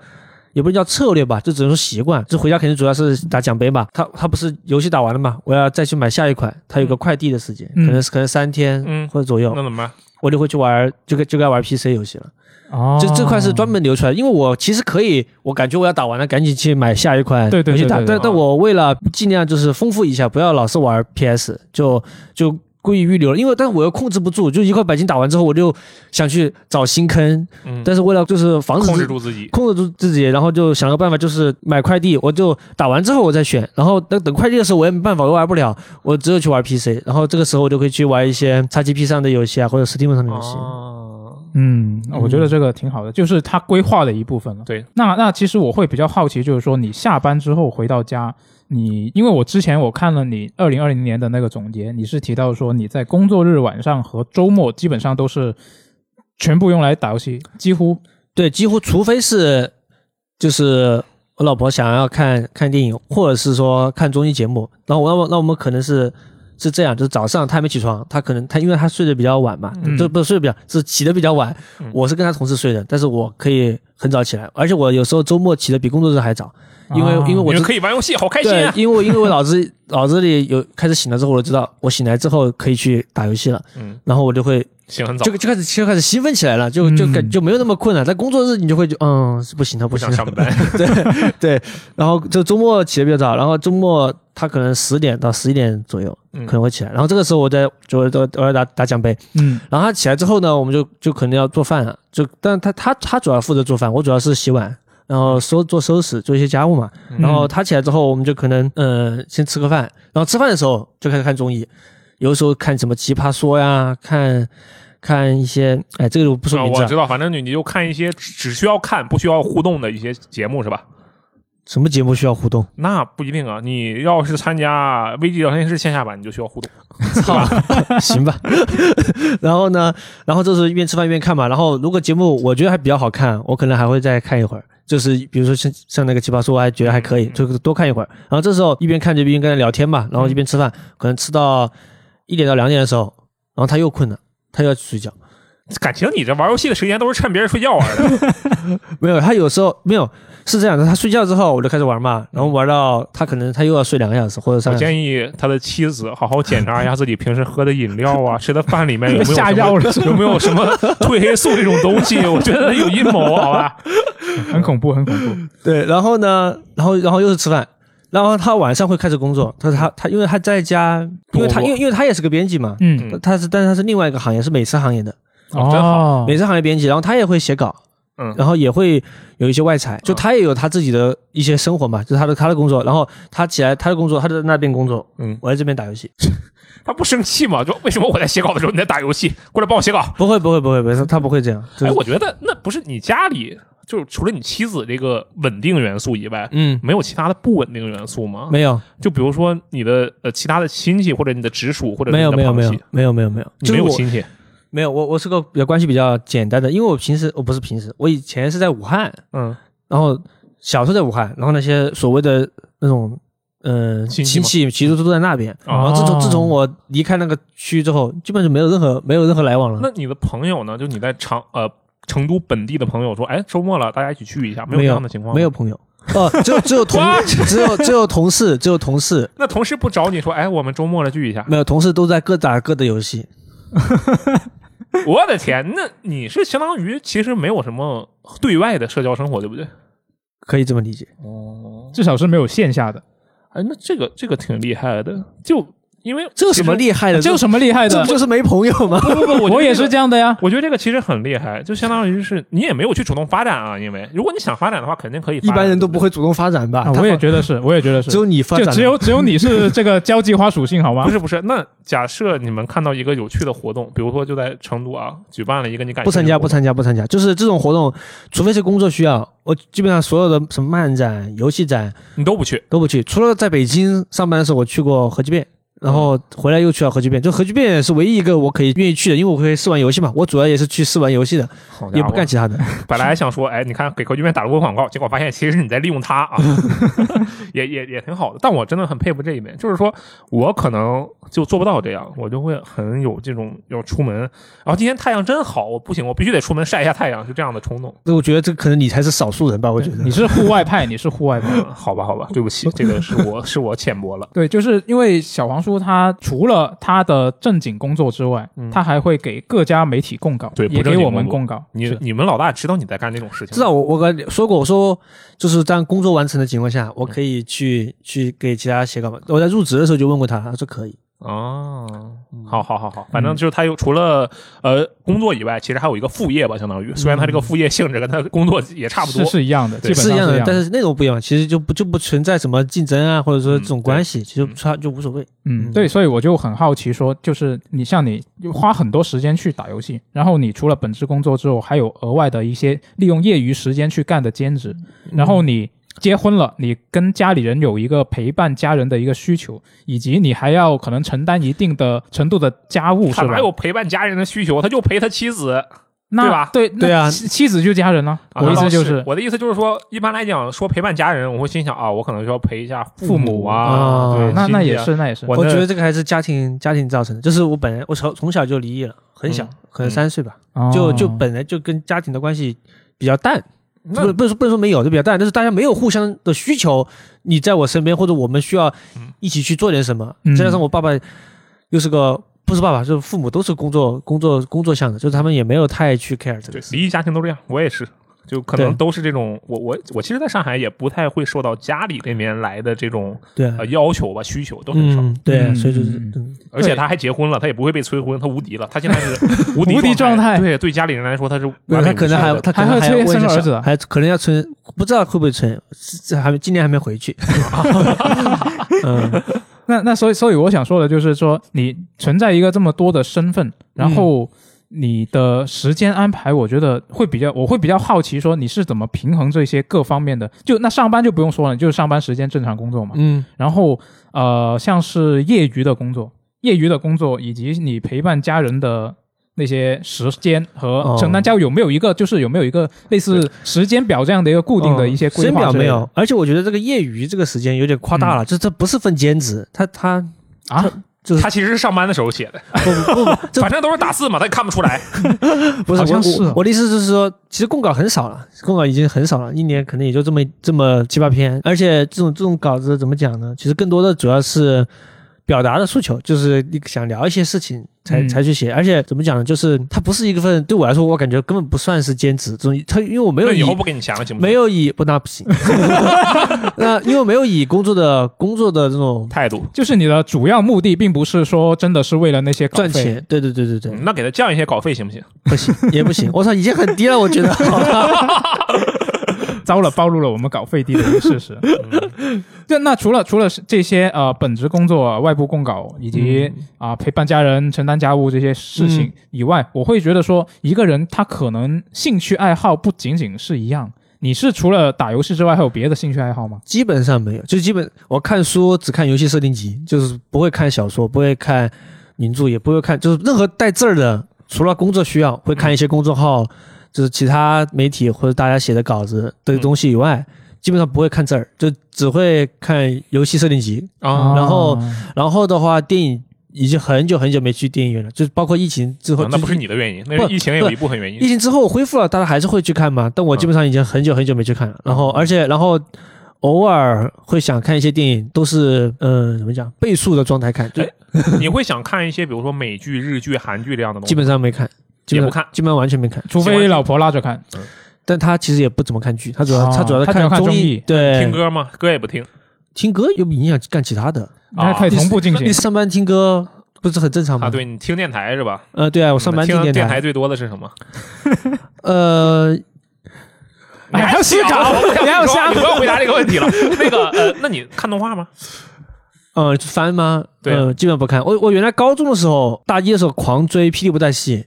S3: 也不能叫策略吧，就只能说习惯。就回家肯定主要是打奖杯嘛，他他不是游戏打完了嘛，我要再去买下一款，它有个快递的时间，
S1: 嗯
S3: 可能是可能三天
S2: 嗯
S3: 或者左右，
S2: 那怎么办？
S3: 我就会去玩，就该就该玩 PC 游戏了。
S1: 哦，
S3: 就这块是专门留出来，因为我其实可以，我感觉我要打完了，赶紧去买下一款
S1: 对对
S3: 游戏
S1: 对
S3: 打。
S1: 对对
S3: 但但我为了尽量就是丰富一下，不要老是玩 PS，就就故意预留了，因为但是我又控制不住，就一块白金打完之后，我就想去找新坑，
S2: 嗯，
S3: 但是为了就是防止
S2: 控
S3: 自
S2: 制住自己。
S3: 控制住自己，然后就想个办法，就是买快递，我就打完之后我再选，然后等等快递的时候我也没办法，我玩不了，我只有去玩 PC，然后这个时候我就可以去玩一些 XGP 上的游戏啊，或者 Steam 上的游戏。
S2: 哦，
S1: 嗯，我觉得这个挺
S3: 嗯
S1: 好的，就是它规划的一部分了。
S2: 对，
S1: 那那其实我会比较好奇，就是说你下班之后回到家，你因为我之前我看了你二零二零年的那个总结，你是提到说你在工作日晚上和周末基本上都是全部用来打游戏，几乎
S3: 对，几乎除非是就是我老婆想要看看电影，或者是说看综艺节目，然后我那我那我们可能是是这样，就是早上她还没起床，她可能她因为她睡得比较晚嘛，
S1: 嗯
S3: 就不是睡得比较是起得比较晚，
S2: 嗯
S3: 我是跟她同时睡的，但是我可以很早起来，而且我有时候周末起得比工作日还早，因为、
S1: 啊
S3: 因为我
S2: 你们
S3: 知
S2: 可以玩游戏，好开心
S3: 对
S2: 啊，！
S3: 因为因为我脑子脑子里有开始醒了之后，我就知道我醒来之后可以去打游戏了，
S2: 嗯，
S3: 然后我就会
S2: 醒很早
S3: 就，就开始就开始兴奋起来了，就就感
S1: 嗯
S3: 就没有那么困了。在工作日你就会就嗯不行了
S2: 不
S3: 行
S2: 想
S3: 了
S2: 上，班。
S3: [LAUGHS] 对。然后就周末起的比较早，然后周末他可能十点到十一点左右
S2: 嗯
S3: 可能会起来，然后这个时候我在就我我我要打打奖杯，
S1: 嗯
S3: 然后他起来之后呢，我们就就可能要做饭了，就但他他他主要负责做饭，我主要是洗碗。然后收做收拾，做一些家务嘛。
S1: 嗯
S3: 然后他起来之后，我们就可能嗯、呃先吃个饭，然后吃饭的时候就开始看综艺，有的时候看什么《奇葩说》呀，看看一些哎，这个我不说
S2: 啊
S3: 名字、
S2: 我
S3: 啊
S2: 知，道，反正你你就看一些只只需要看不需要互动的一些节目是吧？
S3: 什么节目需要互动？
S2: 那不一定啊。你要是参加 VG 聊天室线下版，你就需要互动。
S3: 操， [LAUGHS] 行吧。然后呢，然后这是一边吃饭一边看嘛。然后如果节目我觉得还比较好看，我可能还会再看一会儿。就是比如说像像那个奇葩说，我还觉得还可以，就多看一会儿。然后这时候一边看就一边跟他聊天嘛，然后一边吃饭，可能吃到一点到两点的时候，然后他又困了，他又要去睡觉。
S2: 感情你这玩游戏的时间都是趁别人睡觉玩的。
S3: 没有，他有时候没有是这样的，他睡觉之后我就开始玩嘛，然后玩到他可能他又要睡两个小时或者三
S2: 我
S3: 个小时。
S2: 建议他的妻子好好检查一下自己平时喝的饮料啊、 [LAUGHS] 吃的饭里面有没有
S1: 下
S2: 什
S1: [LAUGHS]
S2: 么
S1: 药了是吧
S2: 有没有什么褪黑素这种东西？ [LAUGHS] 我觉得有阴谋，好
S3: [LAUGHS]
S2: 吧？
S1: 很恐怖，很恐怖。
S3: 对，然后呢，然后然后又是吃饭，然后他晚上会开始工作，他
S2: 嗯
S3: 他他，因为他在家，因为他
S2: 不
S3: 因为因为他也是个编辑嘛，
S1: 嗯，
S3: 他是但是他是另外一个行业，是美食行业的，
S2: 哦真好
S1: 哦
S3: 美食行业编辑，然后他也会写稿，
S2: 嗯哦
S3: 然后也会有一些外采，就他也有他自己的一些生活嘛，就是他的他的工作，然后他起来他的工作，他在那边工作，
S2: 嗯，
S3: 我在这边打游戏，
S2: 他不生气吗？就为什么我在写稿的时候你在打游戏？过来帮我写稿。
S3: 不会不会不会不会，他不会这样，就
S2: 哎，
S3: 是
S2: 我觉得那不是你家里，就是除了你妻子这个稳定元素以外，
S3: 嗯
S2: 没有其他的不稳定元素吗？
S3: 没有
S2: 就比如说你的呃其他的亲戚或者你的直属或者
S3: 没有
S2: 你的
S3: 没有
S2: 旁
S3: 没有
S2: 系，
S3: 没有没有没有，
S2: 你
S3: 就
S2: 没
S3: 是
S2: 有
S3: 我
S2: 亲戚，
S3: 没有我我是个比较关系比较简单的，因为我平时我不是平时，我以前是在武汉。
S2: 嗯，
S3: 然后小时候在武汉，然后那些所谓的那种呃
S2: 亲
S3: 亲
S2: 戚吗
S3: 戚其实都在那边。
S2: 哦
S1: 啊
S3: 然后自从自从我离开那个区之后，基本就没有任何没有任何来往
S2: 那
S3: 了。
S2: 你的朋友呢？就你在长呃成都本地的朋友说，哎，周末了，大家一起去一下，没有
S3: 没
S2: 这
S3: 有
S2: 样的情况吗，
S3: 没有朋友，哦，只有只有同
S2: What？
S3: 只有只有同事，只有同事，
S2: 那同事不找你说，哎，我们周末了聚一下。 [LAUGHS]
S3: 没有同事都在各打各的游戏。
S2: 我的天，那你是相当于其实没有什么对外的社交生活，对不对？
S3: 可以这么理解，
S2: 哦，
S1: 至少是没有线下的，
S2: 哎，那这个这个挺厉害的，就因为
S3: 哎这有什么
S2: 其实
S3: 厉害的？
S1: 啊这有什么厉害
S3: 这
S1: 的
S3: 不？就是没朋友
S1: [LAUGHS]
S3: 吗？
S2: 不不不，
S1: 我也是
S2: 这
S1: 这样的呀。
S2: 我觉得这个其实很厉害，就相当于是你也没有去主动发展啊，因为如果你想发展的话，肯定可以。
S3: 一般人都不，会主动发展吧？
S1: 啊，
S3: 他
S1: 我也
S3: 发
S1: 觉得是，我也觉得是，
S3: 只有你发
S1: 就
S3: 展了，
S1: 只有只有你是这个交际花属性好吗
S3: 啊
S2: 不？是不是。那假设你们看到一个有趣的活动，比如说就在成都啊，举办了一个你感
S3: 不参加，不
S2: 加。
S3: 参加，不参加。就是这种活动，除非是工作需要，我基本上所有的什么漫展、游戏展
S2: 你都不去，
S3: 都不去。除了在北京上班的时候，我去过核聚变，然后回来又去了核聚
S1: 嗯
S3: 变。就核聚变是唯一一个我可以愿意去的，因为我可以试玩游戏嘛。我主要也是去试玩游戏的，
S2: 好
S1: 嗯
S2: 家
S3: 也
S2: 伙
S3: 不 [LAUGHS] 干。其他的。
S2: 本来还想说，哎，你看给科技面打了波广告，结果发现其实你在利用它
S3: [LAUGHS]
S2: 啊， [LAUGHS] 也也也挺好的。但我真的很佩服这一点，就是说我可能就做不到这样，我就会很有这种要出门，然后今天太阳真好，我不行，我必须得出门晒一下太阳，就这样的冲动。
S3: 那我觉得这可能你才是少数人吧，我觉得
S1: 你。是户外派，你是户外派。
S2: 嗯好吧，好吧，对不起，这个是我 [LAUGHS] 是我浅薄了。
S1: 对，就是因为小黄书他除了他的正经工作之外，
S2: 嗯
S1: 他还会给各家媒体供稿，
S2: 对
S1: 也
S2: 不正
S1: 给
S2: 经
S1: 我们供
S2: 工
S1: 稿。
S2: 你
S1: 是
S2: 你们老大知道你在干这种事情吗，
S3: 至少我我跟你说过，我说就是在工作完成的情况下，我可以
S1: 嗯
S3: 去去给其他写稿嘛。我在入职的时候就问过他，他啊说可以。
S2: 哦，
S1: 嗯
S2: 好好好好，反正就是他有除了呃工作以外，其实还有一个副业吧，相当于虽然他这个副业性质跟他工作也差不多
S1: 嗯是，是一样的，基嗯本
S2: 对
S1: 上
S3: 是一
S1: 样
S3: 样的，但
S1: 是
S3: 是内容不一样，其实就不就不存在什么竞争啊，或者说这种关系，其实它就无所谓。
S1: 嗯，
S2: 嗯
S1: 对，所以我就很好奇说，就是你像你花很多时间去打游戏，然后你除了本职工作之后，还有额外的一些利用业余时间去干的兼职，然后
S3: 嗯
S1: 你。结婚了，你跟家里人有一个陪伴家人的一个需求，以及你还要可能承担一定的程度的家务，是
S2: 他
S1: 吧
S2: 哪？有陪伴家人的需求？他就陪他妻子。
S1: 那
S2: 对吧
S1: 对
S3: 对啊
S1: 那妻妻子就家人了。
S2: 啊
S1: 我意
S2: 那
S1: 思就
S2: 倒我的意思就是说，一般来讲说陪伴家人，我会心想啊，我可能需要陪一下
S1: 父
S2: 母
S1: 母
S2: 啊，
S3: 啊
S2: 对，
S1: 那那
S2: 亲戚
S1: 也
S2: 啊。
S1: 是，那也是。
S2: 我
S3: 我
S2: 那
S3: 觉得这个还是家庭家庭造成的，就是我本来我从从小就离异了，很小，
S2: 嗯
S3: 可能三岁吧，
S1: 哦
S3: 就就本来就跟家庭的关系比较淡，
S2: 那
S3: 不不是不能说没有，就比较淡，但是大家没有互相的需求，你在我身边或者我们需要
S2: 嗯
S3: 一起去做点什么，
S1: 嗯
S3: 再加上我爸爸又是个。不是爸爸，就是父母都是工作、工作、工作向的，就是他们也没有太去 care 这个
S2: 对
S3: 事。
S2: 离异家庭都这样，我也是，就可能
S3: 对
S2: 都是这种。我我我其实，在上海也不太会受到家里那边来的这种
S3: 对啊
S2: 呃，要求吧、需求都很少，
S3: 嗯，对啊，
S1: 嗯
S3: 所以就是
S1: 嗯，
S3: 嗯
S2: 而且他还结婚了，他也不会被催婚，他无敌了，他现在是无
S1: [LAUGHS]
S2: 敌
S1: 无敌状态
S2: 对，对家里人来说他是
S3: 对
S2: 完美
S3: 他
S2: 无
S3: 可能
S2: 缺
S3: 还
S2: 的
S3: 他可能
S1: 还会
S3: 还要
S1: 催
S3: 问一下
S1: 生儿子啊
S3: 小还可能要催，不知道会不会催，是这还没今年还没回去。 [LAUGHS] 嗯，嗯
S1: 那那所以所以我想说的就是说，你存在一个这么多的身份，然后你的时间安排，我觉得会比较，我会比较好奇，说你是怎么平衡这些各方面的。就那上班就不用说了，就是上班时间正常工作嘛。
S3: [LAUGHS] 嗯，
S1: 然后呃，像是业余的工作，业余的工作以及你陪伴家人的那些时间和
S3: 哦
S1: 承担家务，有没有一个就是有没有一个类似时间表这样的一个固定的一些
S3: 哦时
S1: 规
S3: 间
S1: 划
S3: 嗯表
S1: 之
S3: 没
S1: 类的？
S3: 有，而且我觉得这个业余这个时间有点夸大了，这这不是分兼职，他他
S1: 啊？
S3: 就是
S2: 他其实是上班的时候写的，
S3: 不不 [LAUGHS] 不，这
S2: 反正都是打字嘛，他也看不出来。
S3: 不是
S1: 好像
S3: 我
S1: 是哦
S3: 我我的意思就是说，其实供稿很少了，供稿已经很少了，一年可能也就这么这么七八篇，而且这种这种稿子怎么讲呢？其实更多的主要是表达的诉求，就是你想聊一些事情才、
S1: 嗯
S3: 才去写，而且怎么讲呢？就是它不是一份对我来说，我感觉根本不算是兼职，这种它因为我没有
S2: 那
S3: 以
S2: 以后不给你钱了，行不行？
S3: 没有以不那
S2: [LAUGHS]
S3: 不行， [LAUGHS] 那因为我没有以工作的工作的这种
S2: 态度，
S1: 就是你的主要目的，并不是说真的是为了那些稿
S3: 赚
S1: 费。
S3: 钱，对对对对对，
S2: 嗯那给他降一些稿费行不行？
S3: 不行也不行，我操，已经很低了，我觉
S1: [LAUGHS]
S3: 得。
S1: 糟了，暴露了我们搞费地的一个事实。
S3: 嗯
S1: 对，那除了除了这些呃本职工作、外部供稿以及啊、陪伴家人、承担家务这些事情
S3: 嗯
S1: 以外，我会觉得说，一个人他可能兴趣爱好不仅仅是一样。你是除了打游戏之外，还有别的兴趣爱好吗？
S3: 基本上没有，就基本我看书只看游戏设定集，就是不会看小说，不会看名著，也不会看，就是任何带字儿的，除了工作需要会看一些公众号，就是其他媒体或者大家写的稿子的东西以外，基本上不会
S2: 嗯
S3: 看字儿，就只会看游戏设定集。
S2: 啊
S3: 然后然后的话，电影已经很久很久没去电影院了，就是包括疫情之后，
S2: 啊那不
S3: 就是
S2: 你的原因，那
S3: 不
S2: 是疫情也有一部分原
S3: 疫
S2: 因。
S3: 情之后恢复了，大家还是会去看嘛。但我基本上已经很久很久没去看了。
S2: 嗯
S3: 然后，而且然后偶尔会想看一些电影，都是嗯、呃怎么讲倍速的状态看，就
S2: 哎你会想看一些，比如说美剧、日剧、韩剧这样的东
S3: 基
S2: 西。
S3: 本上没看，基
S2: 也
S3: 本
S2: 不
S3: 上
S2: 看
S3: 基本上完全没看。
S1: 除非老婆拉着看，
S3: 但他其实也不怎么看剧，他主要、
S1: 哦
S3: 他主要是
S1: 他主要看
S3: 综
S1: 综
S3: 艺
S1: 艺，
S3: 对，
S2: 听歌吗？歌也不听，
S3: 听歌有影响干其他的。
S1: 那可以同步进
S3: 你
S1: 行。
S3: 上班听歌不是很正常吗？
S2: 啊，，对你听电台是吧？
S3: 呃，对啊，我上班
S2: 嗯听
S3: 听电
S2: 电
S3: 台，
S2: 最多的是什么？
S3: 呃，
S1: 哎还要思
S2: 你
S1: 考
S2: 还小我不想
S1: 你还要瞎
S2: 你不要回答这个问题了。那个呃，那你看动画吗？
S3: 呃，番吗？
S2: 对啊
S3: 呃，基本不看。我我原来高中的时候，大一的时候狂追《霹雳布袋戏》，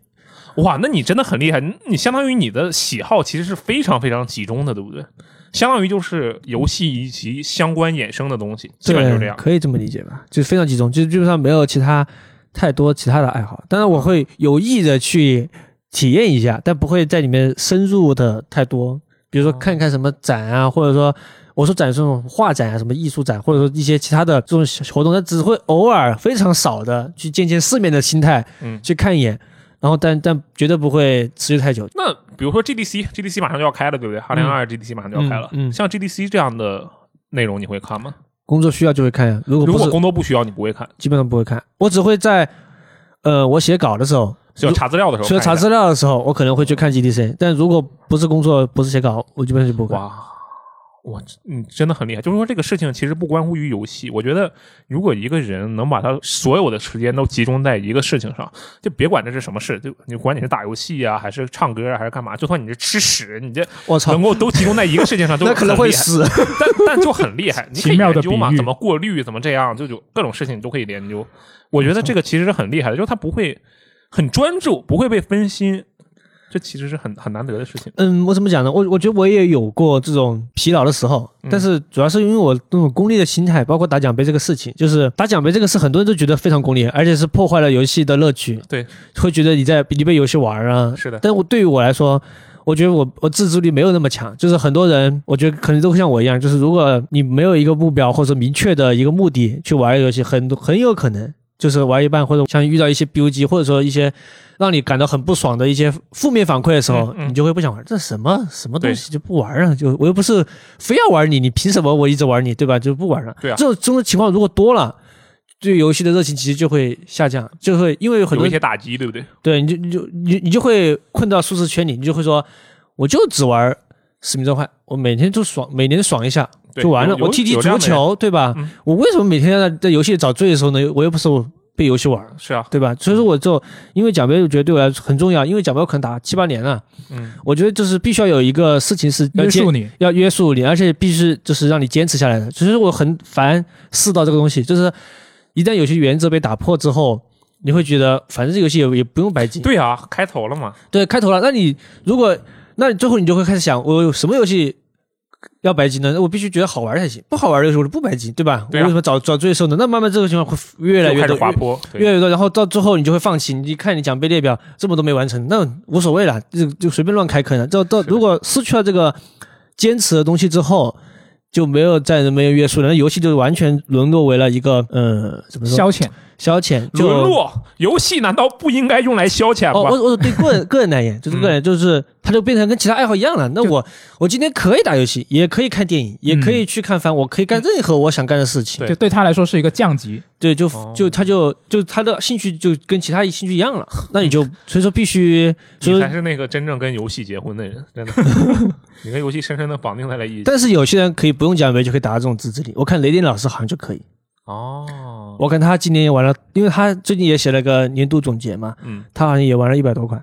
S2: 哇，那你真的很厉害，你你相当于你的喜好其实是非常非常集中的，对不对？相当于就是游戏以及相关衍生的东西，基
S3: 对，
S2: 本就是这样。
S3: 可以这么理解吧？就是非常集中，就是基本上没有其他太多其他的爱好。当然，我
S2: 嗯
S3: 会有意的去体验一下，但不会在里面深入的太多。比
S2: 哦
S3: 如说看看什么展啊，或者说我说展是那种画展啊，什么艺术展，或者说一些其他的这种小活动，但只会偶尔非常少的去见见世面的心态，
S2: 嗯
S3: 去看一眼。然后但，但绝对不会持续太久。
S2: 那比如说 GDC，GDC 马上就要开了，对不对？二零二二 GDC 马上就要开了，
S3: 嗯嗯
S2: 像 GDC 这样的内容你会看吗？
S3: 工作需要就会看呀，如果
S2: 如
S3: 不是
S2: 果工作不需要，你不会看，
S3: 基本上不会看。我只会在，呃，我写稿的时候，
S2: 就查资料的时候
S3: 所
S2: 看
S3: 以
S2: 一下。
S3: 查资料的时候，我可能会去看 GDC，但如果不是工作，不是写稿，我基本上就不会。
S2: 哇，我你真的很厉害。就是说，这个事情其实不关乎于游戏。我觉得，如果一个人能把他所有的时间都集中在一个事情上，就别管这是什么事，就你管你是打游戏啊，还是唱歌啊，还是干嘛，就算你是吃屎，你这
S3: 我操
S2: 能，够都集中在一个事情
S3: [LAUGHS]
S2: 上，就
S3: 那可能
S2: 很
S3: 会
S2: 厉害。
S3: 死。
S2: 但但就很
S3: [LAUGHS]
S2: 厉害，你可以
S1: 奇妙的
S2: 研究
S1: 比
S2: 嘛，
S1: 喻
S2: 怎么过滤，怎么这样，就就各种事情你都可以研究。我觉得这个其实是很厉害的，就是他不会很专注，不会被分心，这其实是很很难得的事情。
S3: 嗯，我怎么讲呢？我我觉得我也有过这种疲劳的时候，
S2: 嗯
S3: 但是主要是因为我那种功利的心态，包括打奖杯这个事情，就是打奖杯这个事，很多人都觉得非常功利，而且是破坏了游戏的乐趣。
S2: 对，
S3: 会觉得你在你被游戏玩啊。
S2: 是的
S3: 但我对于我来说。我觉得我我自制力没有那么强，就是很多人，我觉得可能都像我一样，就是如果你没有一个目标或者明确的一个目的去玩一个游戏，很多很有可能就是玩一半或者像遇到一些 BUG 或者说一些让你感到很不爽的一些负面反馈的时候，
S2: 嗯嗯
S3: 你就会不想玩。这什么什么东西就不玩啊？就我又不是非要玩你，你凭什么我一直玩你，对吧？就不玩了。
S2: 对啊
S3: 这种这种情况如果多了，对游戏的热情其实就会下降，就会因为有很
S2: 有
S3: 多
S2: 一些打击，对不对？
S3: 对，你就你就你你就会困到舒适圈里，你就会说，我就只玩使命召唤，我每天就爽，每年爽一下
S2: 对
S3: 就完了。
S2: 有有
S3: 我踢踢
S2: 有这
S3: 足
S2: 样的人
S3: 球，对吧？
S2: 嗯
S3: 我为什么每天在在游戏里找罪受呢？我又不是我被游戏玩了，
S2: 是啊，
S3: 对吧？所以说，我就因为奖杯，我觉得对我来说很重要，因为奖杯我可能打七八年了，
S2: 嗯，
S3: 我觉得就是必须要有一个事情是要
S1: 约
S3: 坚
S1: 束你，
S3: 要约束你，而且必须就是让你坚持下来的。其实我很烦世道这个东西，就是一旦有些原则被打破之后，你会觉得反正这游戏也也不用白金，
S2: 对啊，开头了嘛，
S3: 对，开头了。那你如果，那你最后你就会开始想，我有什么游戏要白金呢？那我必须觉得好玩才行，不好玩的游戏我就不白金，对吧？
S2: 对啊
S3: 我为什么找找罪受呢？那慢慢这个情况会越来
S2: 就
S3: 越
S2: 开始
S3: 多，
S2: 滑坡，
S3: 越越来越多，然后到最后你就会放弃。你一看你奖杯列表这么多没完成，那无所谓了，就就随便乱开坑了。到到
S2: 是的
S3: 如果失去了这个坚持的东西之后。就没有再没有约束了，那游戏就完全沦落为了一个呃，怎么说
S1: 消遣。
S3: 消遣，就
S2: 沦落。游戏难道不应该用来消遣
S3: 哦，
S2: 吗？
S3: 我我对个人个人而言，就是个人，就是他就变成跟其他爱好一样了。那
S1: 就
S3: 我我今天可以打游戏，也可以看电影，也可以去看番，我可以干任何我想干的事情。
S2: 对
S1: 就对他来说是一个降级，
S3: 对，就
S2: 哦
S3: 就他就就他的兴趣就跟其他兴趣一样了。那你就所以说必须所以
S2: 你才
S3: 说，
S2: 是那个真正跟游戏结婚的人，
S3: [LAUGHS]
S2: 真的，你跟游戏深深的绑定在了一起。
S3: 但是有些人可以不用奖杯就可以达到这种自制力。我看雷电老师好像就可以，
S2: 哦，
S3: 我看他今年也玩了，因为他最近也写了个年度总结嘛，
S2: 嗯，
S3: 他好像也玩了一百多款。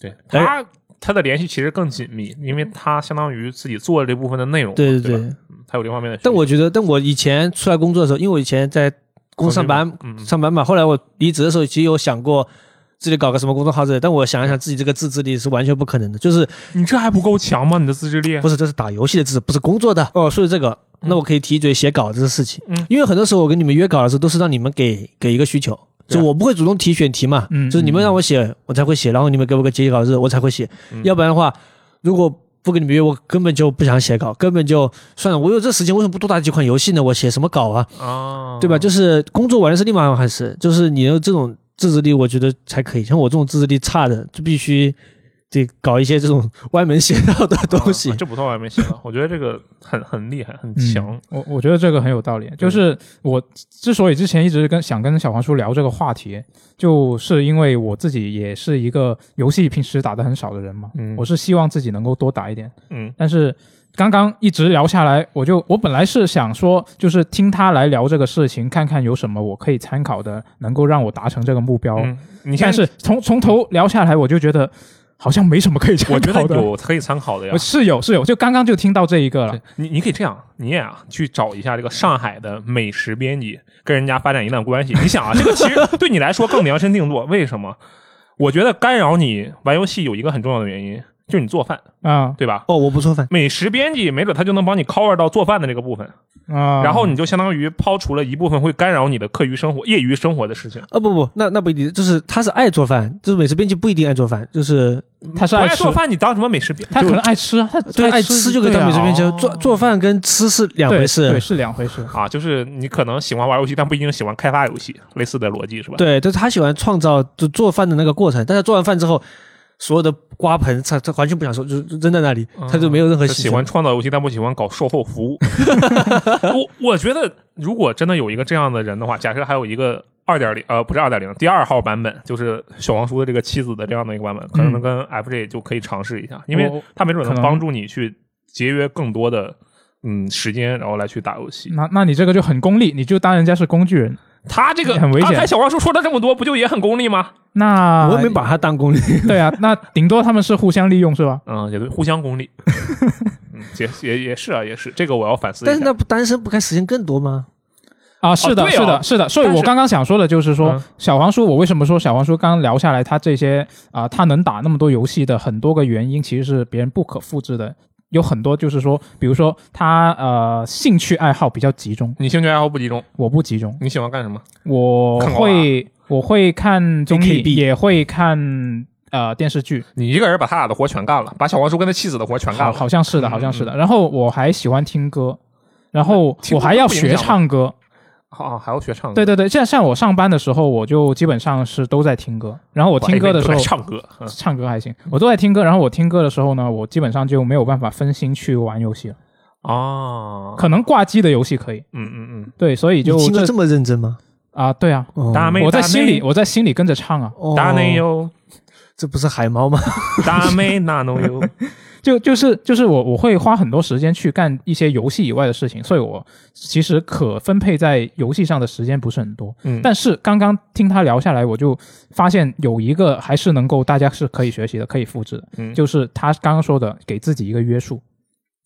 S2: 对
S3: 哎
S2: 他他的联系其实更紧密，因为他相当于自己做这部分的内容嘛，
S3: 对
S2: 对
S3: 对
S2: 吧，
S3: 对。
S2: 嗯他有这方面的需求。
S3: 但我觉得，但我以前出来工作的时候，因为我以前在公司上班，
S2: 嗯，嗯
S3: 上班嘛。后来我离职的时候，其实有想过自己搞个什么公众号之类的，但我想一想，自己这个自制力是完全不可能的，就是
S2: 你这还不够强吗？你的自制力？
S3: 不是这是打游戏的自制，不是工作的。哦，说起这个，
S2: 嗯
S3: 那我可以提一嘴写稿子的事情，
S2: 嗯
S3: 因为很多时候我跟你们约稿的时候，都是让你们给给一个需求。
S2: 对
S3: 就
S2: 啊
S3: 我不会主动提选题嘛，
S1: 嗯
S3: 就是你们让我写，我才会写，然后你们给我个截止稿日，我才会写，
S2: 嗯
S3: 要不然的话，如果不跟你们约，我根本就不想写稿，根本就算了。我有这时间，为什么不多打几款游戏呢？我写什么稿啊？
S2: 啊，
S3: 对吧？就是工作完了是另外一回事，就是你有这种自制力，我觉得才可以。像我这种自制力差的，就必须得搞一些这种 [LAUGHS] 歪门邪道的东西
S2: 啊啊。这不错，我还没想到。我觉得这个很很厉害，很强
S1: 嗯。我我觉得这个很有道理，就是我之所以之前一直跟想跟小黄叔聊这个话题，就是因为我自己也是一个游戏平时打的很少的人嘛，
S2: 嗯
S1: 我是希望自己能够多打一点，
S2: 嗯
S1: 但是刚刚一直聊下来，我就我本来是想说，就是听他来聊这个事情，看看有什么我可以参考的，能够让我达成这个目标。
S2: 嗯，你现
S1: 但
S2: 在
S1: 是从从头聊下来，我就觉得好像没什么可以参
S2: 我觉
S1: 考
S2: 得
S1: 的。
S2: 有啊可以参考的呀
S1: 我。是有是有，就刚刚就听到这一个了
S2: 对。你你可以这样，你也啊去找一下这个上海的美食编辑，跟人家发展一段关系。你想啊，这个其实对你来说更量身定做。为什么？我觉得干扰你玩游戏有一个很重要的原因，就是你做饭，
S1: 啊
S2: 对吧？
S3: 哦，我不做饭，
S2: 美食编辑没准他就能帮你 cover 到做饭的这个部分，
S1: 啊！
S2: 然后你就相当于抛除了一部分会干扰你的课余生活、业余生活的事情。
S3: 啊、不不，那那不一定，就是他是爱做饭，就是美食编辑不一定爱做饭，就是
S1: 他是
S2: 不
S1: 爱
S2: 爱
S1: 吃
S2: 做，饭，你当什么美食编？
S1: 他可
S2: 就
S1: 能爱吃啊，他
S3: 对爱
S1: 吃
S3: 吃就可以当美食
S1: 对啊
S3: 编辑，
S2: 哦
S3: 做做饭跟吃是两
S1: 对
S3: 回
S1: 对
S3: 事。
S1: 是两回事。
S2: 啊，就是你可能喜欢玩游戏，但不一定喜欢开发游戏，类似的逻辑是吧？，
S3: 对，就是他喜欢创造就做饭的那个过程，但是做完饭之后，所有的刮盆他他完全不想收，就就扔在那里，他就没有任何
S2: 就
S3: 兴
S2: 喜
S3: 趣
S2: 欢创造游戏，但不喜欢搞售后服务。我我觉得，如果真的有一个这样的人的话，假设还有一个二点零，呃，不是二点零，第二号版本，就是小黄叔的这个妻子的这样的一个版本，可能
S1: 嗯
S2: 跟 FJ 就可以尝试一下， [LAUGHS] 因为
S1: 我
S2: 他没准
S1: 可能
S2: 能帮助你去节约更多的。嗯，时间然后来去打游戏，
S1: 那那你这个就很功利，你就当人家是工具人。
S2: 他这个
S1: 很危险
S2: 刚才小黄叔说了这么多，不就也很功利吗？
S1: 那
S3: 我也没把他当功利。
S1: 啊对啊，那顶多他们是互相利用是吧？
S2: 嗯，也对，互相功利，嗯，也也也是啊，也是这个我要反思一下。
S3: 但是那不单身不该时间更多吗？
S1: 啊，是的，
S2: 对哦
S1: 是的，是的。所以
S2: 但是
S1: 我刚刚想说的就是说，
S2: 嗯
S1: 小黄叔，我为什么说小黄叔刚刚聊下来，他这些啊、他能打那么多游戏的很多个原因，其实是别人不可复制的。有很多就是说，比如说他呃兴趣爱好比较集中，
S2: 你兴趣爱好不集中，
S1: 我不集中，
S2: 你喜欢干什么？
S1: 我
S2: 看娃啊娃
S1: 会我会看综艺，
S3: AKB
S1: 也会看呃电视剧，
S2: 你一个人把他俩的活全干了，把小黄叔跟他妻子的活全干
S1: 好
S2: 了。
S1: 好像是的，
S2: 嗯
S1: 好像是的。然后我还喜欢听歌，然后
S2: 听
S1: 我
S2: 歌
S1: 还要
S2: 不影响嗯
S1: 学
S2: 吗
S1: 唱歌，
S2: 好，好还要学唱歌。
S1: 对对对，像像我上班的时候，我就基本上是都在听歌，然后我
S2: 我还以
S1: 听歌
S2: 为
S1: 的时候
S2: 你都在唱歌，嗯
S1: 唱歌还行，我都在听歌，然后我听歌的时候呢，我基本上就没有办法分心去玩游戏了，
S2: 哦，
S1: 可能挂机的游戏可以，
S2: 嗯嗯
S1: 对，所以
S3: 你
S1: 就
S3: 听
S1: 这
S3: 得这么认真吗？
S1: 啊、对啊，
S3: 哦
S2: 嗯，大妹，
S1: 我在
S2: 大妹
S1: 心里，我在心里跟着唱啊，
S3: 哦
S2: 大内 [LAUGHS] 哟，
S3: 这不是海猫吗？
S2: 大妹那侬哟，
S1: 就就是就是我我会花很多时间去干一些游戏以外的事情，所以我其实可分配在游戏上的时间不是很多，
S2: [LAUGHS] 嗯，
S1: 但是刚刚听他聊下来，我就发现有一个还是能够大家是可以学习的，可以复制的，
S2: 嗯
S1: 就是他刚刚说的，给自己一个约束。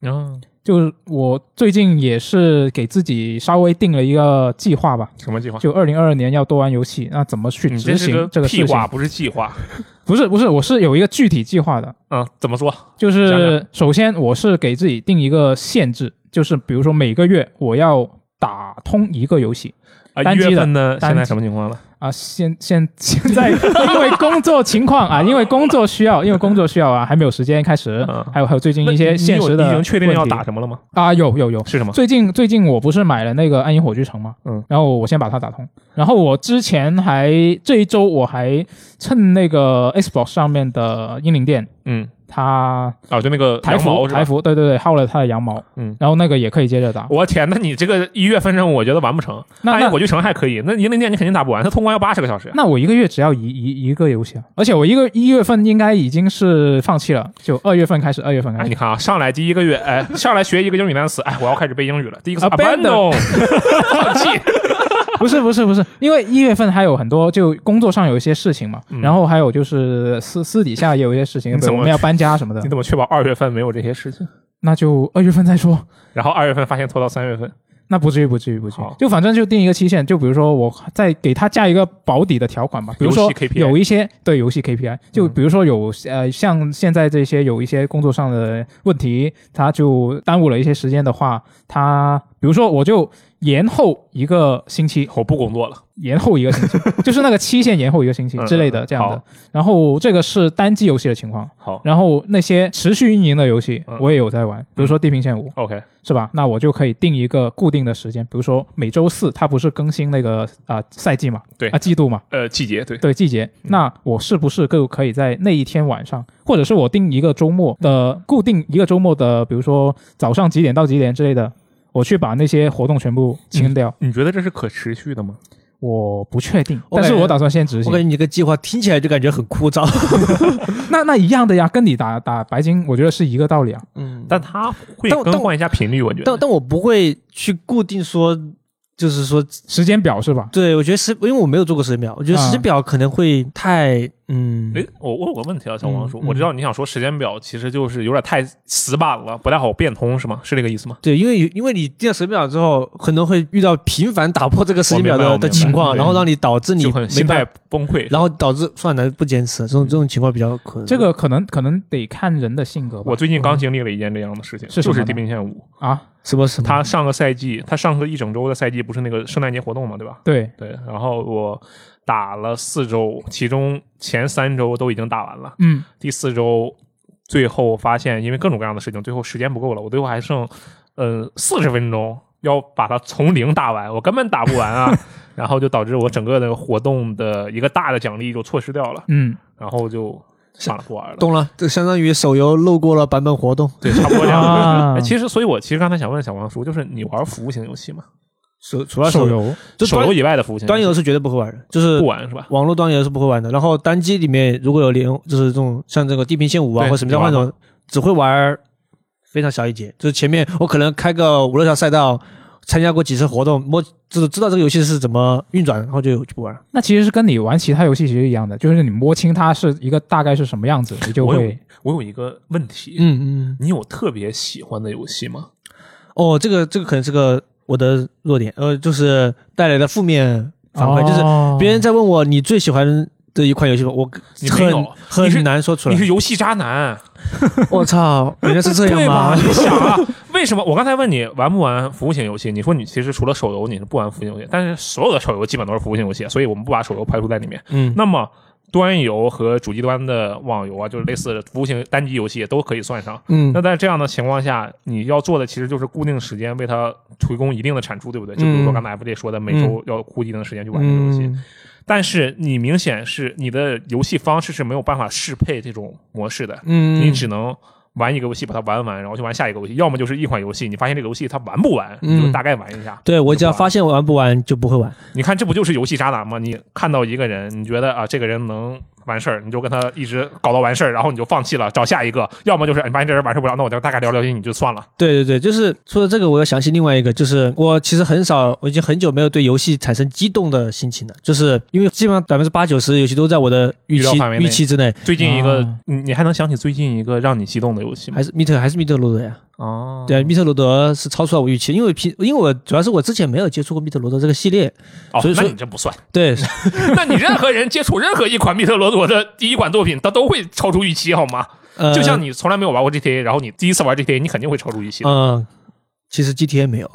S2: 嗯，
S1: 就是我最近也是给自己稍微定了一个计划吧，
S2: 什么计划？
S1: 就二零二二年要多玩游戏，那怎么去
S2: 你
S1: 执
S2: 是
S1: 行
S2: 个
S1: 个
S2: 屁
S1: 事
S2: 话，
S1: 情？
S2: 不是计划。
S1: 不是不是，我是有一个具体计划的，
S2: 嗯，怎么说？
S1: 就
S2: 讲
S1: 是
S2: 讲
S1: 首先我是给自己定一个限制，就是比如说每个月我要打通一个游戏
S2: 啊，
S1: 单
S2: 一
S1: 机的
S2: 月份呢？
S1: 单
S2: 现在
S1: 机
S2: 什么情况了？
S1: 啊。现现 [LAUGHS] 现在因为工作情况
S2: [LAUGHS]
S1: 啊，因为工作需要，因为工作需要啊，还没有时间开始
S2: 嗯。
S1: 还有还有最近
S2: 那
S1: 一些
S2: 你
S1: 现
S2: 有
S1: 实
S2: 你
S1: 的
S2: 已经确定
S1: 问
S2: 要
S1: 题
S2: 打什么了吗？
S1: 啊，有有有，
S2: 是什么？
S1: 最近最近我不是买了那个《暗影火炬城》吗？
S2: 嗯，
S1: 然后我先把它打通。然后我之前还这一周我还趁那个 Xbox 上面的英灵殿，
S2: 嗯，
S1: 它
S2: 啊，就那个
S1: 台
S2: 羊
S1: 服
S2: 毛是吧
S1: 台服，对对对，薅了它的羊毛。
S2: 嗯，
S1: 然后那个也可以接着打。
S2: 我哎天，那你这个一月份任务我觉得完不成。
S1: 那
S2: 暗影
S1: 那
S2: 火炬城还可以，那银零件你肯定打不完，它通关要八十个小时。啊
S1: 那我一个月只要一一一个游戏啊，而且我一个一月份应该已经是放弃了，就二月份开始，二月份开
S2: 哎，
S1: 始
S2: 你。看啊，上来第一个月，哎，上来学一个英语单词，哎，我要开始背英语了。第一个词
S1: 啊 Abandon [LAUGHS]
S2: abandon，放弃。
S1: 不是不是不是，因为一月份还有很多就工作上有一些事情嘛，
S2: 嗯
S1: 然后还有就是私私底下也有一些事情，
S2: 你
S1: 比
S2: 怎
S1: 如
S2: 么
S1: 我们要搬家什么的
S2: 你，怎么确保二月份没有这些事情？
S1: 那就二月份再说。
S2: 然后二月份发现拖到三月份，
S1: 那不至于，不至于，不至于
S2: 好。
S1: 就反正就定一个期限，就比如说我再给他加一个保底的条款吧，比如说
S2: 游戏 KPI
S1: 有一些对游戏 KPI，就
S2: 嗯
S1: 比如说有呃像现在这些有一些工作上的问题，他就耽误了一些时间的话，他比如说我就延后一个星期， [LAUGHS]
S2: 我不工作了。
S1: 延后一个星期， [LAUGHS] 就是那个期限延后一个星期之类的这样
S2: 嗯
S1: 的。然后这个是单机游戏的情况，
S2: 好
S1: 然后那些持续运营的游戏
S2: 嗯
S1: 我也有在玩，比如说《地平线五》。
S2: ，OK，
S1: 是吧？那我就可以定一个固定的时间，比如说每周四，它不是更新那个啊、赛季嘛，
S2: 对
S1: 啊季度嘛，
S2: 呃，季节对，
S1: 对季节。
S3: 嗯
S1: 那我是不是就可以在那一天晚上，或者是我定一个周末的固定一个周末的，比如说早上几点到几点之类的，我去把那些活动全部
S3: 嗯
S1: 清掉？
S2: 你觉得这是可持续的吗？
S1: 我不确定，
S3: 我
S1: 但
S3: 感
S1: 是
S3: 觉
S1: 我打算先执
S3: 我
S1: 行
S3: 感觉。你这个计划听起来就感觉很枯燥。
S1: 那那一样的呀，跟你打打白金，我觉得是一个道理啊。
S3: 嗯，
S2: 但它会
S3: 但我
S2: 更换一下频率，我觉
S3: 但
S2: 得。
S3: 但我不会去固定说，就是说，
S1: 时间表是吧？
S3: 对我觉得时，因为我没有做过时间表，我觉得
S2: 啊
S3: 时间表可能会太，嗯，
S2: 哎，我我有个问题啊，小王叔，
S3: 嗯嗯
S2: 我知道你想说时间表其实就是有点太死板了，不太好变通，是吗？是这个意思吗？
S3: 对，因为因为你定了时间表之后，可能会遇到频繁打破这个时间表
S2: 我
S3: 的
S2: 明白
S3: 的情
S2: 我明
S3: 况，
S2: 白
S3: 然后让你导致你
S2: 就很
S3: 没
S2: 心态嗯
S3: 办，
S2: 崩溃。
S3: 然后导致算了不坚持，这种这种情况比较可能。
S1: 这个可能可能得看人的性格吧。
S2: 我最近刚经历了一件这样的事情，
S1: 是什
S2: 就
S1: 么
S2: 是
S1: 呢
S2: 《地平线五
S1: 啊，
S3: 什么什》，么，
S2: 他上个赛季，他上个一整周的赛季不是那个圣诞节活动嘛，对吧？
S1: 对，
S2: 对，然后我打了四周，其中前三周都已经打完了，
S1: 嗯，
S2: 第四周最后发现因为各种各样的事情，最后时间不够了，我最后还剩呃四十分钟要把它从零打完，我根本打不完 [LAUGHS] 啊，然后就导致我整个那个活动的一个大的奖励就错失掉了，
S1: 嗯，
S2: 然后就算了不玩了。
S3: 懂了，这相当于手游漏过了版本活动，
S2: 对，差不多这样。
S1: 啊
S2: 哎其实，所以我其实刚才想问小王叔，就是你玩服务型游戏吗？
S3: 手主要
S1: 手
S3: 游，
S1: 游
S3: 就
S2: 手
S3: 端
S2: 游以外的服务型
S3: 端
S2: 游
S3: 游
S2: 戏
S3: 是绝对不会玩的，就是
S2: 不玩是吧？
S3: 网络端游是不会玩的。然后单机里面如果有联，就是这种像这个《地平线五》啊
S2: 对
S3: 或者《什么召唤
S2: 你
S3: 者》，只会玩非常小一节，就是前面我可能开个五六条赛道，参加过几次活动，摸就是知道这个游戏是怎么运转，然后就就不玩。
S1: 那其实是跟你玩其他游戏其实一样的，就是你摸清它是一个大概是什么样子，你就
S2: 我
S1: 会哦
S2: 有我有一个问题，
S3: 嗯嗯，
S2: 你有特别喜欢的游戏吗？
S3: 哦，这个这个可能是个我的弱点，呃，就是带来的负面反馈，
S2: 哦
S3: 就是
S1: 是
S3: 别人在问我你最喜欢的一款游戏吧，我
S2: 你没有
S3: 很
S2: 你是
S3: 很难说出
S2: 你
S3: 来
S2: 是。游戏渣
S3: [LAUGHS]
S2: 男，
S3: 我操，原来是这样
S2: 对吧？
S3: 吗？
S2: 你想啊，为什么我刚才问你玩不玩服务型游戏？你说你其实除了手游你是不玩服务型游戏，但是所有的手游基本都是服务型游戏，所以我们不把手游排除在里面。
S3: 嗯，
S2: 那么端游和主机端的网游啊，就是类似的服务型单机游戏都可以算上。
S3: 嗯
S2: 那在这样的情况下，你要做的其实就是固定时间为它提供一定的产出，对不对？就比如说
S3: 嗯
S2: 刚才 F J 说的，每周要固定的时间去玩这个游戏。
S3: 嗯
S2: 但是你明显是你的游戏方式是没有办法适配这种模式的，
S3: 嗯，
S2: 你只能玩一个游戏把它玩完，然后去玩下一个游戏，要么就是一款游戏，你发现这个游戏它玩不完，
S3: 嗯
S2: 你就大概玩一下。
S3: 对我只要
S2: 就不玩
S3: 发现我玩不完就不会玩。
S2: 你看这不就是游戏渣男吗？你看到一个人，你觉得啊这个人能完事儿，你就跟他一直搞到完事儿，然后你就放弃了，找下一个；要么就是你发现这人完事儿不了，那我就大概聊聊天你就算了。
S3: 对对对，就是说到这个，我又想起另外一个，就是我其实很少，我已经很久没有对游戏产生激动的心情了，就是因为基本上百分之八九十的游戏都在我的预
S2: 预料
S3: 期
S2: 范围内
S3: 预期之内，
S2: 最近一个，
S1: 啊
S3: 嗯
S2: 你你还能想起最近一个让你激动的游戏吗？
S3: 还是密特还是密特录的呀？
S2: 哦，
S3: 对，密特罗德是超出了我预期，因为皮，因为我主要是我之前没有接触过密特罗德这个系列，
S2: 哦
S3: 所以，
S2: 那
S3: 说
S2: 你这不算。
S3: 对，
S2: [LAUGHS] 那你任何人接触任何一款密特罗德的第一款作品，他都会超出预期，好吗？
S3: 呃，
S2: 就像你从来没有玩过 GTA，然后你第一次玩 GTA，你肯定会超出预期的。
S3: 嗯、其实 GTA 没有，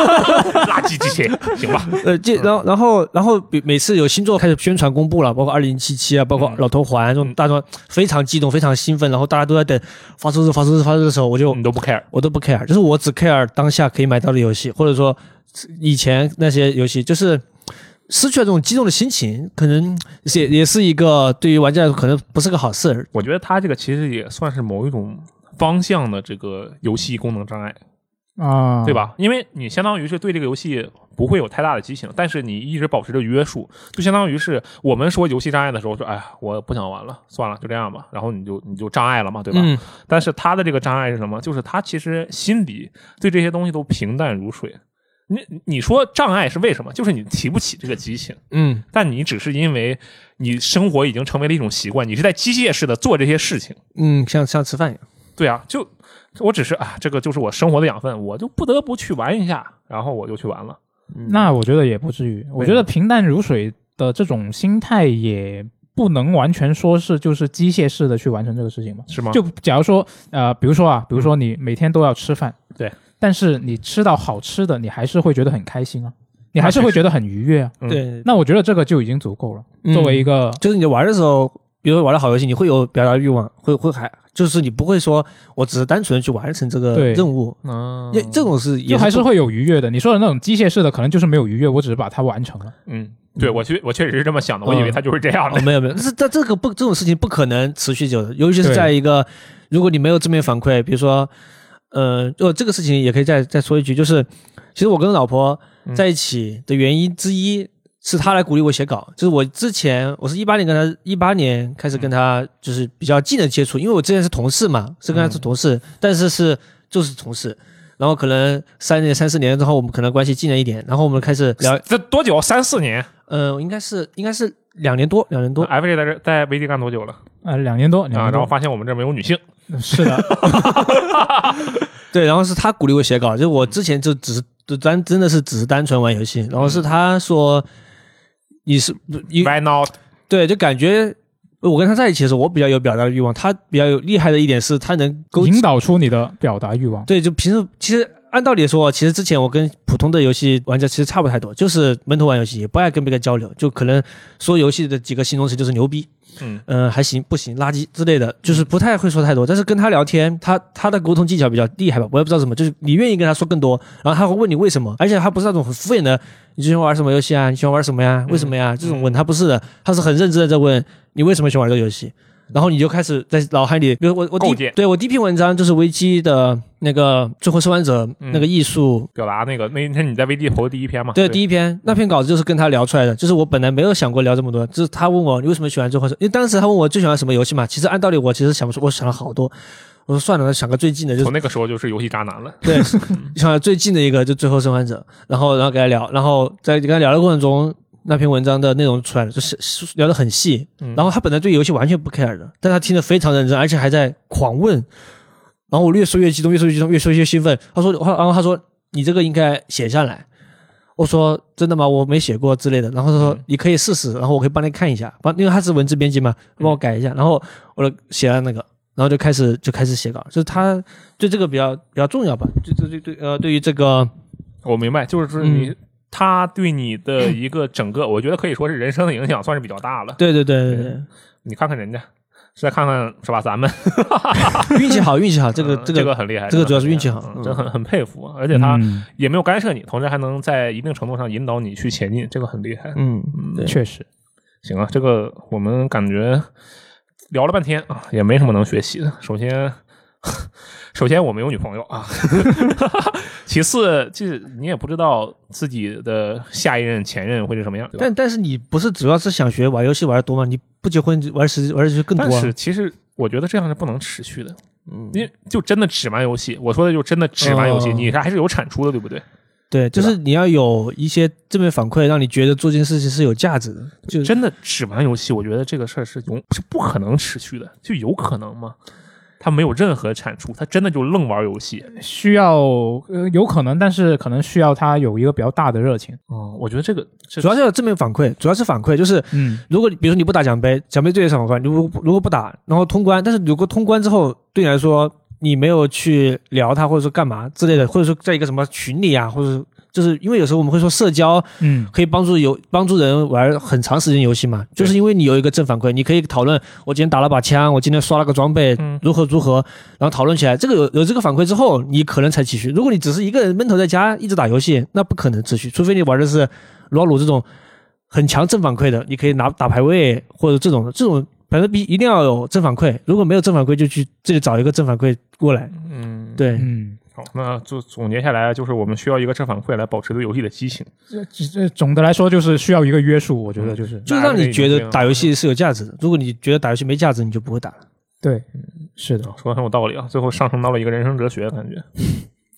S2: 垃圾 [LAUGHS] GTA，行吧？
S3: 呃，这然后然后然后每每次有新作开始宣传公布了，包括二零七七啊，包括老头环这种，大家非常激动，非常兴奋，然后大家都在等发售日发售日发售日的时候，我就
S2: 你都不 care，
S3: 我都不 care，就是我只 care 当下可以买到的游戏，或者说以前那些游戏，就是失去了这种激动的心情，可能也也是一个对于玩家来说可能不是个好事。
S2: 我觉得他这个其实也算是某一种方向的这个游戏功能障碍，
S1: 啊，
S2: 对？吧？因为你相当于是对这个游戏不会有太大的激情，但是你一直保持着约束，就相当于是我们说游戏障碍的时候说，哎呀，我不想玩了，算了，就这样吧。然后你就你就障碍了嘛，对吧？
S3: 嗯
S2: 但是他的这个障碍是什么？就是他其实心里对这些东西都平淡如水。你你说障碍是为什么？就是你提不起这个激情，
S3: 嗯，
S2: 但你只是因为你生活已经成为了一种习惯，你是在机械式的做这些事情。
S3: 嗯，像像吃饭一样。
S2: 对啊，就我只是啊，这个就是我生活的养分，我就不得不去玩一下，然后我就去玩了。
S3: 嗯
S1: 那我觉得也不至于，我觉得平淡如水的这种心态也不能完全说是就是机械式的去完成这个事情嘛。
S2: 是吗？
S1: 就假如说，呃，比如说啊，比如说你每天都要吃饭，
S2: 对，
S1: 但是你吃到好吃的，你还是会觉得很开心啊，你还是会觉得很愉悦啊。
S2: 嗯
S3: 对，
S1: 那我觉得这个就已经足够了。
S3: 嗯
S1: 作为一个，
S3: 就是你玩的时候，比如说玩的好游戏，你会有表达欲望，会会还就是你不会说我只是单纯地去完成这个
S1: 对
S3: 任务，
S2: 嗯
S3: 因为这种是也
S1: 就还是
S3: 不
S1: 会有愉悦的。你说的那种机械式的，可能就是没有愉悦，我只是把它完成了。
S2: 嗯，对我确我确实是这么想的，我以为他就是这样
S3: 哦
S2: 的。
S3: 没有没有，这这这个不这种事情不可能持续久的，尤其是
S1: 对
S3: 在一个如果你没有正面反馈，比如说，呃，哦这个事情也可以再再说一句，就是其实我跟老婆在一起的原因之一。是她来鼓励我写稿，就是我之前我是一八年跟她一八年开始跟她就是比较近的接触，因为我之前是同事嘛，是跟她是同事，但是是就是同事，然后可能三年三四年之后我们可能关系近了一点，然后我们开始聊，
S2: 这多久？三四年
S3: 呃，应该是应该是两年多两年多，
S2: ？FJ 在这在维迪干多久了
S1: 呃，两年多，两
S2: 啊？
S1: 年
S2: 然
S1: 多，
S2: 后
S1: 嗯
S2: 发现我们这没有女性，
S1: 是的，
S3: 对，然后是他鼓励我写稿，就是我之前就只是就单真的是只是单纯玩游戏，然
S1: 嗯
S3: 后是他说你是你
S2: Why not？
S3: 对，就感觉我跟他在一起的时候，我比较有表达的欲望，他比较有厉害的一点是他能 [LAUGHS] 勾起
S1: 引导出你的表达欲望。
S3: 对，就平时其实按道理说，其实之前我跟普通的游戏玩家其实差不太多，就是闷头玩游戏，也不爱跟别人交流，就可能说游戏的几个形容词就是牛逼，
S2: 嗯
S3: 呃还行不行垃圾之类的，就是不太会说太多。但是跟他聊天，他他的沟通技巧比较厉害吧，我也不知道什么，就是你愿意跟他说更多，然后他会问你为什么，而且他不是那种很敷衍的，你之前玩什么游戏啊？你喜欢玩什么呀？为
S2: 嗯
S3: 什么呀？这种问他不是的，他是很认真的在问你为什么喜欢玩这个游戏。然后你就开始在脑海里，比如我我第
S2: 构
S3: 一
S2: 建
S3: 对我第一篇文章就是维基的那个《最后生还者》
S2: 嗯
S3: 那个艺术，
S2: 表达那个那天你在 VD 投的第一篇嘛？
S3: 对第一篇那篇稿子就是跟他聊出来的，就是我本来没有想过聊这么多，就是他问我你为什么喜欢《最后生》，因为当时他问我最喜欢什么游戏嘛，其实按道理我其实想不出，我想了好多，我说算了，想个最近的，就是
S2: 从那个时候就是游戏渣男了。
S3: 对，想到最近的一个就《最后生还者》，然后然后跟他聊，然后在跟他聊的过程中，那篇文章的内容出来了，就是是聊得很细。
S2: 嗯
S3: 然后他本来对游戏完全不 care 的，但他听得非常认真，而且还在狂问。然后我越说越激动，越说越激动，越说越兴奋。他说，然后他说你这个应该写下来。我说真的吗？我没写过之类的。然后他说
S2: 嗯
S3: 你可以试试，然后我可以帮你看一下，帮因为他是文字编辑嘛，帮我改一下。然后我就写了那个，然后就开始就开始写稿，就是他对这个比较比较重要吧，就就对对呃，对于这个
S2: 我明白，就是说
S3: 嗯
S2: 你、他对你
S3: [CLEARS THROAT]
S2: 的一个整个，我觉得可以说是人生的影响算是比较大了。
S3: 对对对对
S2: 你看看人家，再看看是吧？咱们
S3: 对，运气 [LAUGHS] 好运气好，这个
S2: 嗯
S3: 呃这
S2: 这
S3: 个
S2: 很厉害，
S3: 这个主要是
S2: 很厉
S3: 运气
S2: 害
S3: 好
S2: 嗯
S3: 嗯
S2: 真很很佩服。而且他
S1: 嗯
S2: 也没有干涉你，同时还能在一定程度上引导你去前进，这个很厉害。
S3: 嗯对
S1: 确实，
S2: 行啊，这个我们感觉聊了半天啊，也没什么能学习的。首先， [LAUGHS] 首先我没有女朋友啊， [LAUGHS] 其次，就是你也不知道自己的下一任、前任会是什么样，对吧？
S3: 但但是你不是主要是想学玩游戏玩的多吗？你不结婚玩时玩的就更多
S2: 但
S3: 啊，
S2: 是其实我觉得这样是不能持续的，
S3: 嗯
S2: 因为就真的只玩游戏。我说的就真的只玩游戏，
S3: 哦
S2: 你还是有产出的，对不对？
S3: 对，就是你要有一些正面反馈，让你觉得做这件事情是有价值的，就
S2: 真的只玩游戏，我觉得这个事儿是永是不可能持续的，就有可能吗？他没有任何产出，他真的就愣玩游戏。
S1: 需要呃有可能，但是可能需要他有一个比较大的热情。
S2: 嗯，我觉得这个这
S3: 主要是有正面反馈，主要是反馈就是
S1: 嗯，
S3: 如果你比如说你不打奖杯，奖杯对你什么关？如果如果不打，然后通关，但是如果通关之后对你来说，你没有去聊它，或者说干嘛之类的，或者说在一个什么群里啊，或者是就是因为有时候我们会说社交
S1: 嗯，
S3: 可以帮助游帮助人玩很长时间游戏嘛，就是因为你有一个正反馈，你可以讨论我今天打了把枪，我今天刷了个装备
S2: 嗯，
S3: 如何如何，然后讨论起来，这个有有这个反馈之后，你可能才持续。如果你只是一个人闷头在家一直打游戏，那不可能持续，除非你玩的是撸啊撸这种很强正反馈的，你可以拿打排位或者这种这种。反正必一定要有正反馈，如果没有正反馈，就去这里找一个正反馈过来。
S2: 嗯，
S3: 对，
S1: 嗯，
S2: 好，那就总结下来就是我们需要一个正反馈来保持对游戏的激情。
S1: 这这这总的来说就是需要一个约束，我
S3: 嗯
S1: 觉得就是、
S3: 就让你觉得打游戏是有价值的。如果你觉得打游戏没价值，你就不会打了。
S1: 对，是的，
S2: 啊说的很有道理啊，最后上升到了一个人生哲学的感觉。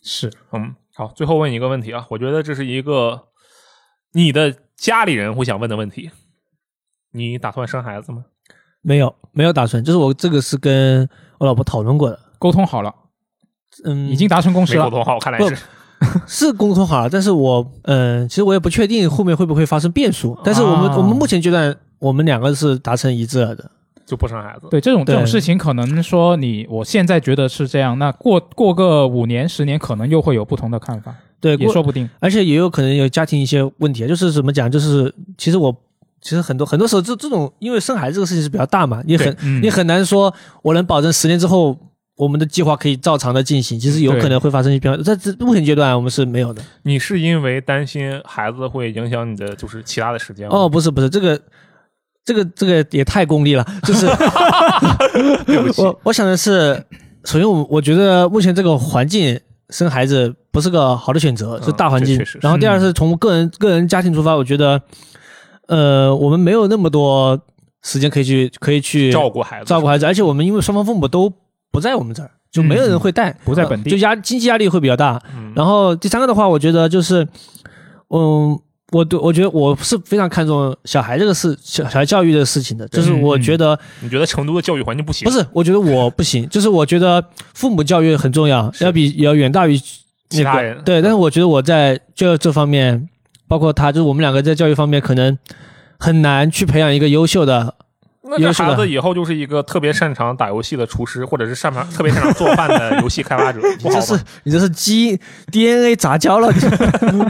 S1: 是
S2: 嗯，好，最后问你一个问题啊，我觉得这是一个你的家里人会想问的问题。你打算生孩子吗？
S3: 没有，没有打算，就是我这个是跟我老婆讨论过的，
S1: 沟通好了，
S3: 嗯，
S1: 已经达成共识
S2: 没沟
S1: 了。
S2: 通好，看来
S3: 不
S2: 是
S3: 是沟通好了，但是我，嗯、其实我也不确定后面会不会发生变数，但是我们、
S1: 啊
S3: 我们目前阶段，我们两个是达成一致了的，
S2: 就不生孩子。
S1: 对这种这
S3: 对
S1: 种事情，可能说你我现在觉得是这样，那过过个五年十年，可能又会有不同的看法，
S3: 对，
S1: 也
S3: 过
S1: 说不定。
S3: 而且也有可能有家庭一些问题，就是怎么讲，就是其实我其实很多很多时候这这种，因为生孩子这个事情是比较大嘛，你很、
S1: 嗯
S3: 你很难说我能保证十年之后。我们的计划可以照常的进行，其实有
S1: 对
S3: 可能会发生一些变化，在这目前阶段我们是没有的。
S2: 你是因为担心孩子会影响你的就是其他的时间吗
S3: 哦，，不是不是，这个这个这个也太功利
S2: [LAUGHS]
S3: 了，就是
S2: 对不起，
S3: 我我想的是，首先我我觉得目前这个环境生孩子不是个好的选择，
S2: 嗯
S3: 是大环境
S2: 这确实是。嗯
S3: 然后第二是从个人个人家庭出发，我觉得，呃，我们没有那么多时间可以去可以去
S2: 照顾孩子，
S3: 照顾孩子，而且我们因为双方父母都不在我们这儿，就没有人会带，呃
S1: 不在本地
S3: 就压经济压力会比较大。
S2: 嗯，
S3: 然后第三个的话，我觉得就是，嗯，我对我觉得我是非常看重小孩这个事，小小孩教育的事情的。就是我觉得
S2: 你觉得成都的教育环境不行？
S3: 不，是，我觉得我不行， [LAUGHS] 就是我觉得父母教育很重要，
S2: 是
S3: 要比要远大于
S2: 其
S3: 那
S2: 他
S3: 个
S2: 人
S3: 对，但是我觉得我在这这方面，包括他，就是我们两个在教育方面可能很难去培养一个优秀的。
S2: 那这
S3: 优秀的
S2: 孩子以后就是一个特别擅长打游戏的厨师，或者是擅长特别擅长做饭的游戏开发者，不好
S3: 这
S2: 吗？
S3: 是你这是基因 DNA 杂
S2: [LAUGHS]
S3: 交了， [LAUGHS] 你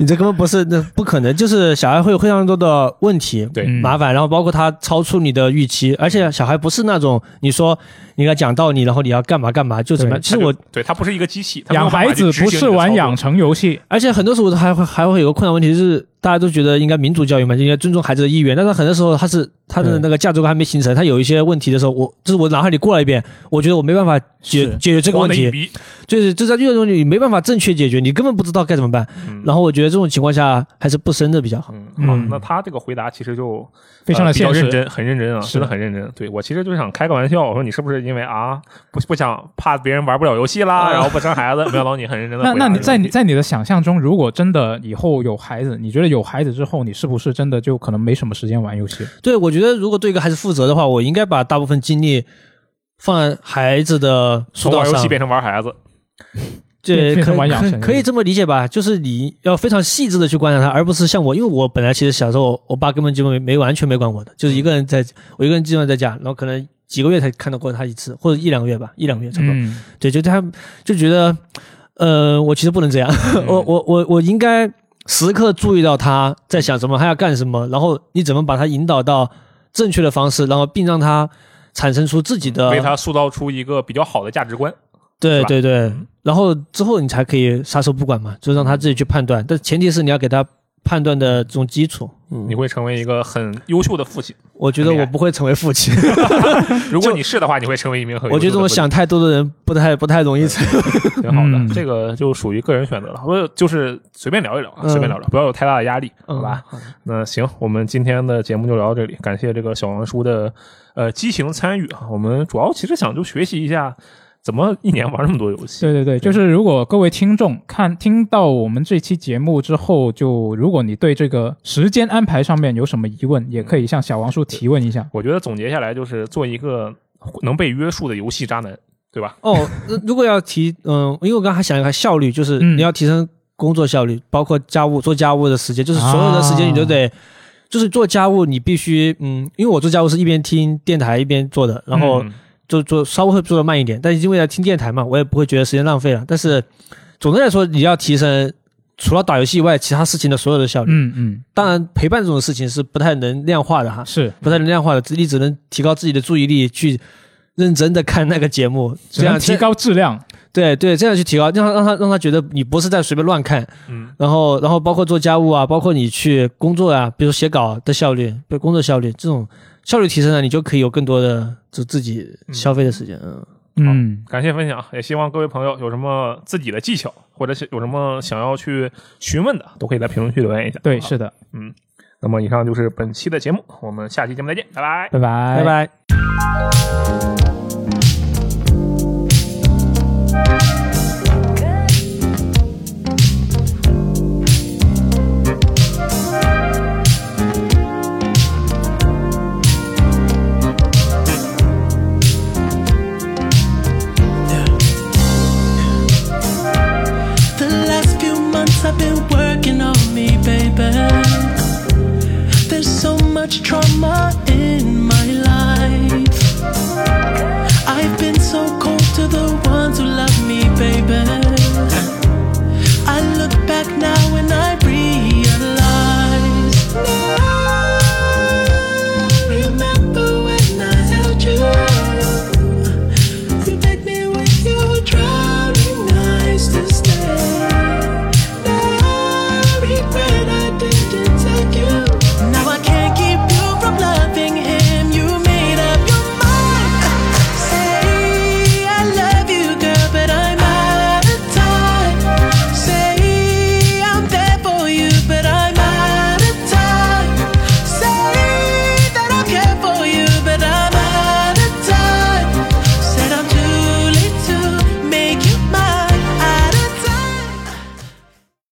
S3: 你这根本不是，那不可能。就是小孩会有非常多的问题，
S2: 对
S1: 嗯
S3: 麻烦，然后包括他超出你的预期，而且小孩不是那种你说你给他讲道理，然后你要干嘛干嘛就怎么样。
S1: 对
S3: 其实
S2: 他就
S3: 我，
S2: 对他不是一个机器，他没有
S1: 养
S2: 办法
S1: 孩子
S2: 去执
S1: 不
S2: 行
S1: 是
S2: 你的
S1: 玩
S2: 操作
S1: 养成游戏，
S3: 而且很多时候还会还会有个困难问题，就是大家都觉得应该民主教育嘛，就应该尊重孩子的意愿，但是很多时候他是他的
S1: 对
S3: 那个价值观还没形成，他有一些问题的时候，我就是我脑海里过了一遍，我觉得我没办法解
S1: 是
S3: 解决这个
S2: 黄
S3: 问
S2: 的一
S3: 题，
S2: 逼，
S3: 就是就在这种你没办法正确解决，你根本不知道该怎么办。
S2: 嗯
S3: 然后我觉得这种情况下还是不生的比较好。
S2: 嗯，好，
S1: 嗯
S2: 那他这个回答其实就
S1: 非常的
S2: 呃比较
S1: 现
S2: 认
S1: 实。
S2: 真，很认真啊，真的很认真。对我其实就是想开个玩笑，我说你是不是因为啊不不想怕别人玩不了游戏啦，
S3: 啊
S2: 然后不生孩子？没想到你很认真的。
S1: 那那你在你在你的想象中，如果真的以后有孩子，你觉得有孩子之后，你是不是真的就可能没什么时间玩游戏？
S3: 对，我觉得如果对一个孩子负责的话，我应该把大部分精力放在孩子的疏
S2: 从
S3: 导
S2: 玩游
S3: 上
S2: 戏。变成玩孩子，
S3: 对，
S1: 变变
S3: 可
S1: 成玩养
S3: 可
S1: 成
S3: 可以
S1: 游戏
S3: 这么理解吧？就是你要非常细致的去观察他，而不是像我，因为我本来其实小时候，我爸根本就没没完全没管我的，就是一个人在，我一个人基本上在家，然后可能几个月才看到过他一次，或者一两个月吧，一两个月差不多。
S1: 嗯，
S3: 对，就他就觉得，呃，我其实不能这样，
S2: 嗯
S3: [LAUGHS] 我我我我应该时刻注意到他在想什么，他要干什么，然后你怎么把他引导到正确的方式，然后并让他产生出自己
S1: 呃
S3: 的
S2: 嗯为他塑造出一个比较好的价值观。是
S3: 对
S2: 吧
S3: 对对，然后之后你才可以撒手不管嘛，就让他自己去判断，但前提是你要给他判断的这种基础。嗯
S2: 你会成为一个很优秀的父亲。
S3: 我觉得
S2: 很厉
S3: 我
S2: 害
S3: 不会成为父亲，
S2: [LAUGHS] 如果你是的话，你会成为一名很优
S3: 我觉
S2: 秀的
S3: 得这
S2: 父
S3: 种
S2: 亲。
S3: 想太多的人不太不太容
S2: 嗯
S3: 易成。
S2: 挺好的，
S1: 嗯
S2: 这个就属于个人选择了。我就是随便聊一聊啊，
S3: 嗯
S2: 随便聊聊，不要有太大的压力，好
S3: 嗯
S2: 吧？那行，我们今天的节目就聊到这里，感谢这个小王叔的呃激情参与啊。我们主要其实想就学习一下怎么一年玩那么多游戏。
S1: 对对对，就是如果各位听众看听到我们这期节目之后，就如果你对这个时间安排上面有什么疑问，也可以向小王叔提问一下。
S2: 我觉得总结下来就是做一个能被约束的游戏渣男，对吧？
S3: 哦，那如果要提，嗯、因为我刚刚还想一个效率，就是
S1: 嗯
S3: 你要提升工作效率，包括家务做家务的时间，就是所有的时间
S1: 啊
S3: 你都得，就是做家务你必须，嗯，因为我做家务是一边听电台一边做的，然后
S2: 嗯
S3: 就做稍微会做的慢一点，但因为要听电台嘛，我也不会觉得时间浪费了。但是总的来说，你要提升除了打游戏以外其他事情的所有的效率。
S1: 嗯嗯，
S3: 当然，陪伴这种事情是不太能量化的哈，
S1: 是
S3: 不太能量化的，你只能提高自己的注意力去认真的看那个节目，
S1: 只
S3: 这
S1: 能
S3: 样
S1: 提
S3: 这
S1: 高质量。
S3: 对对，这样去提高，让他让他让他觉得你不是在随便乱看，
S2: 嗯，
S3: 然后然后包括做家务啊，包括你去工作啊，比如写稿的效率，比如工作效率这种效率提升了，你就可以有更多的就自己消费的时间，嗯
S1: 嗯，
S2: 感谢分享，也希望各位朋友有什么自己的技巧，或者是有什么想要去询问的，都可以在评论区留言一下。
S1: 对，
S2: 好
S1: 是的，
S2: 那么以上就是本期的节目，我们下期节目再见，拜拜。
S1: 拜拜，
S3: 拜。拜。
S4: The last few months I've been working on me, baby. There's so much trauma in my life. I've been so cold to the ones who love me, baby. I look back now and I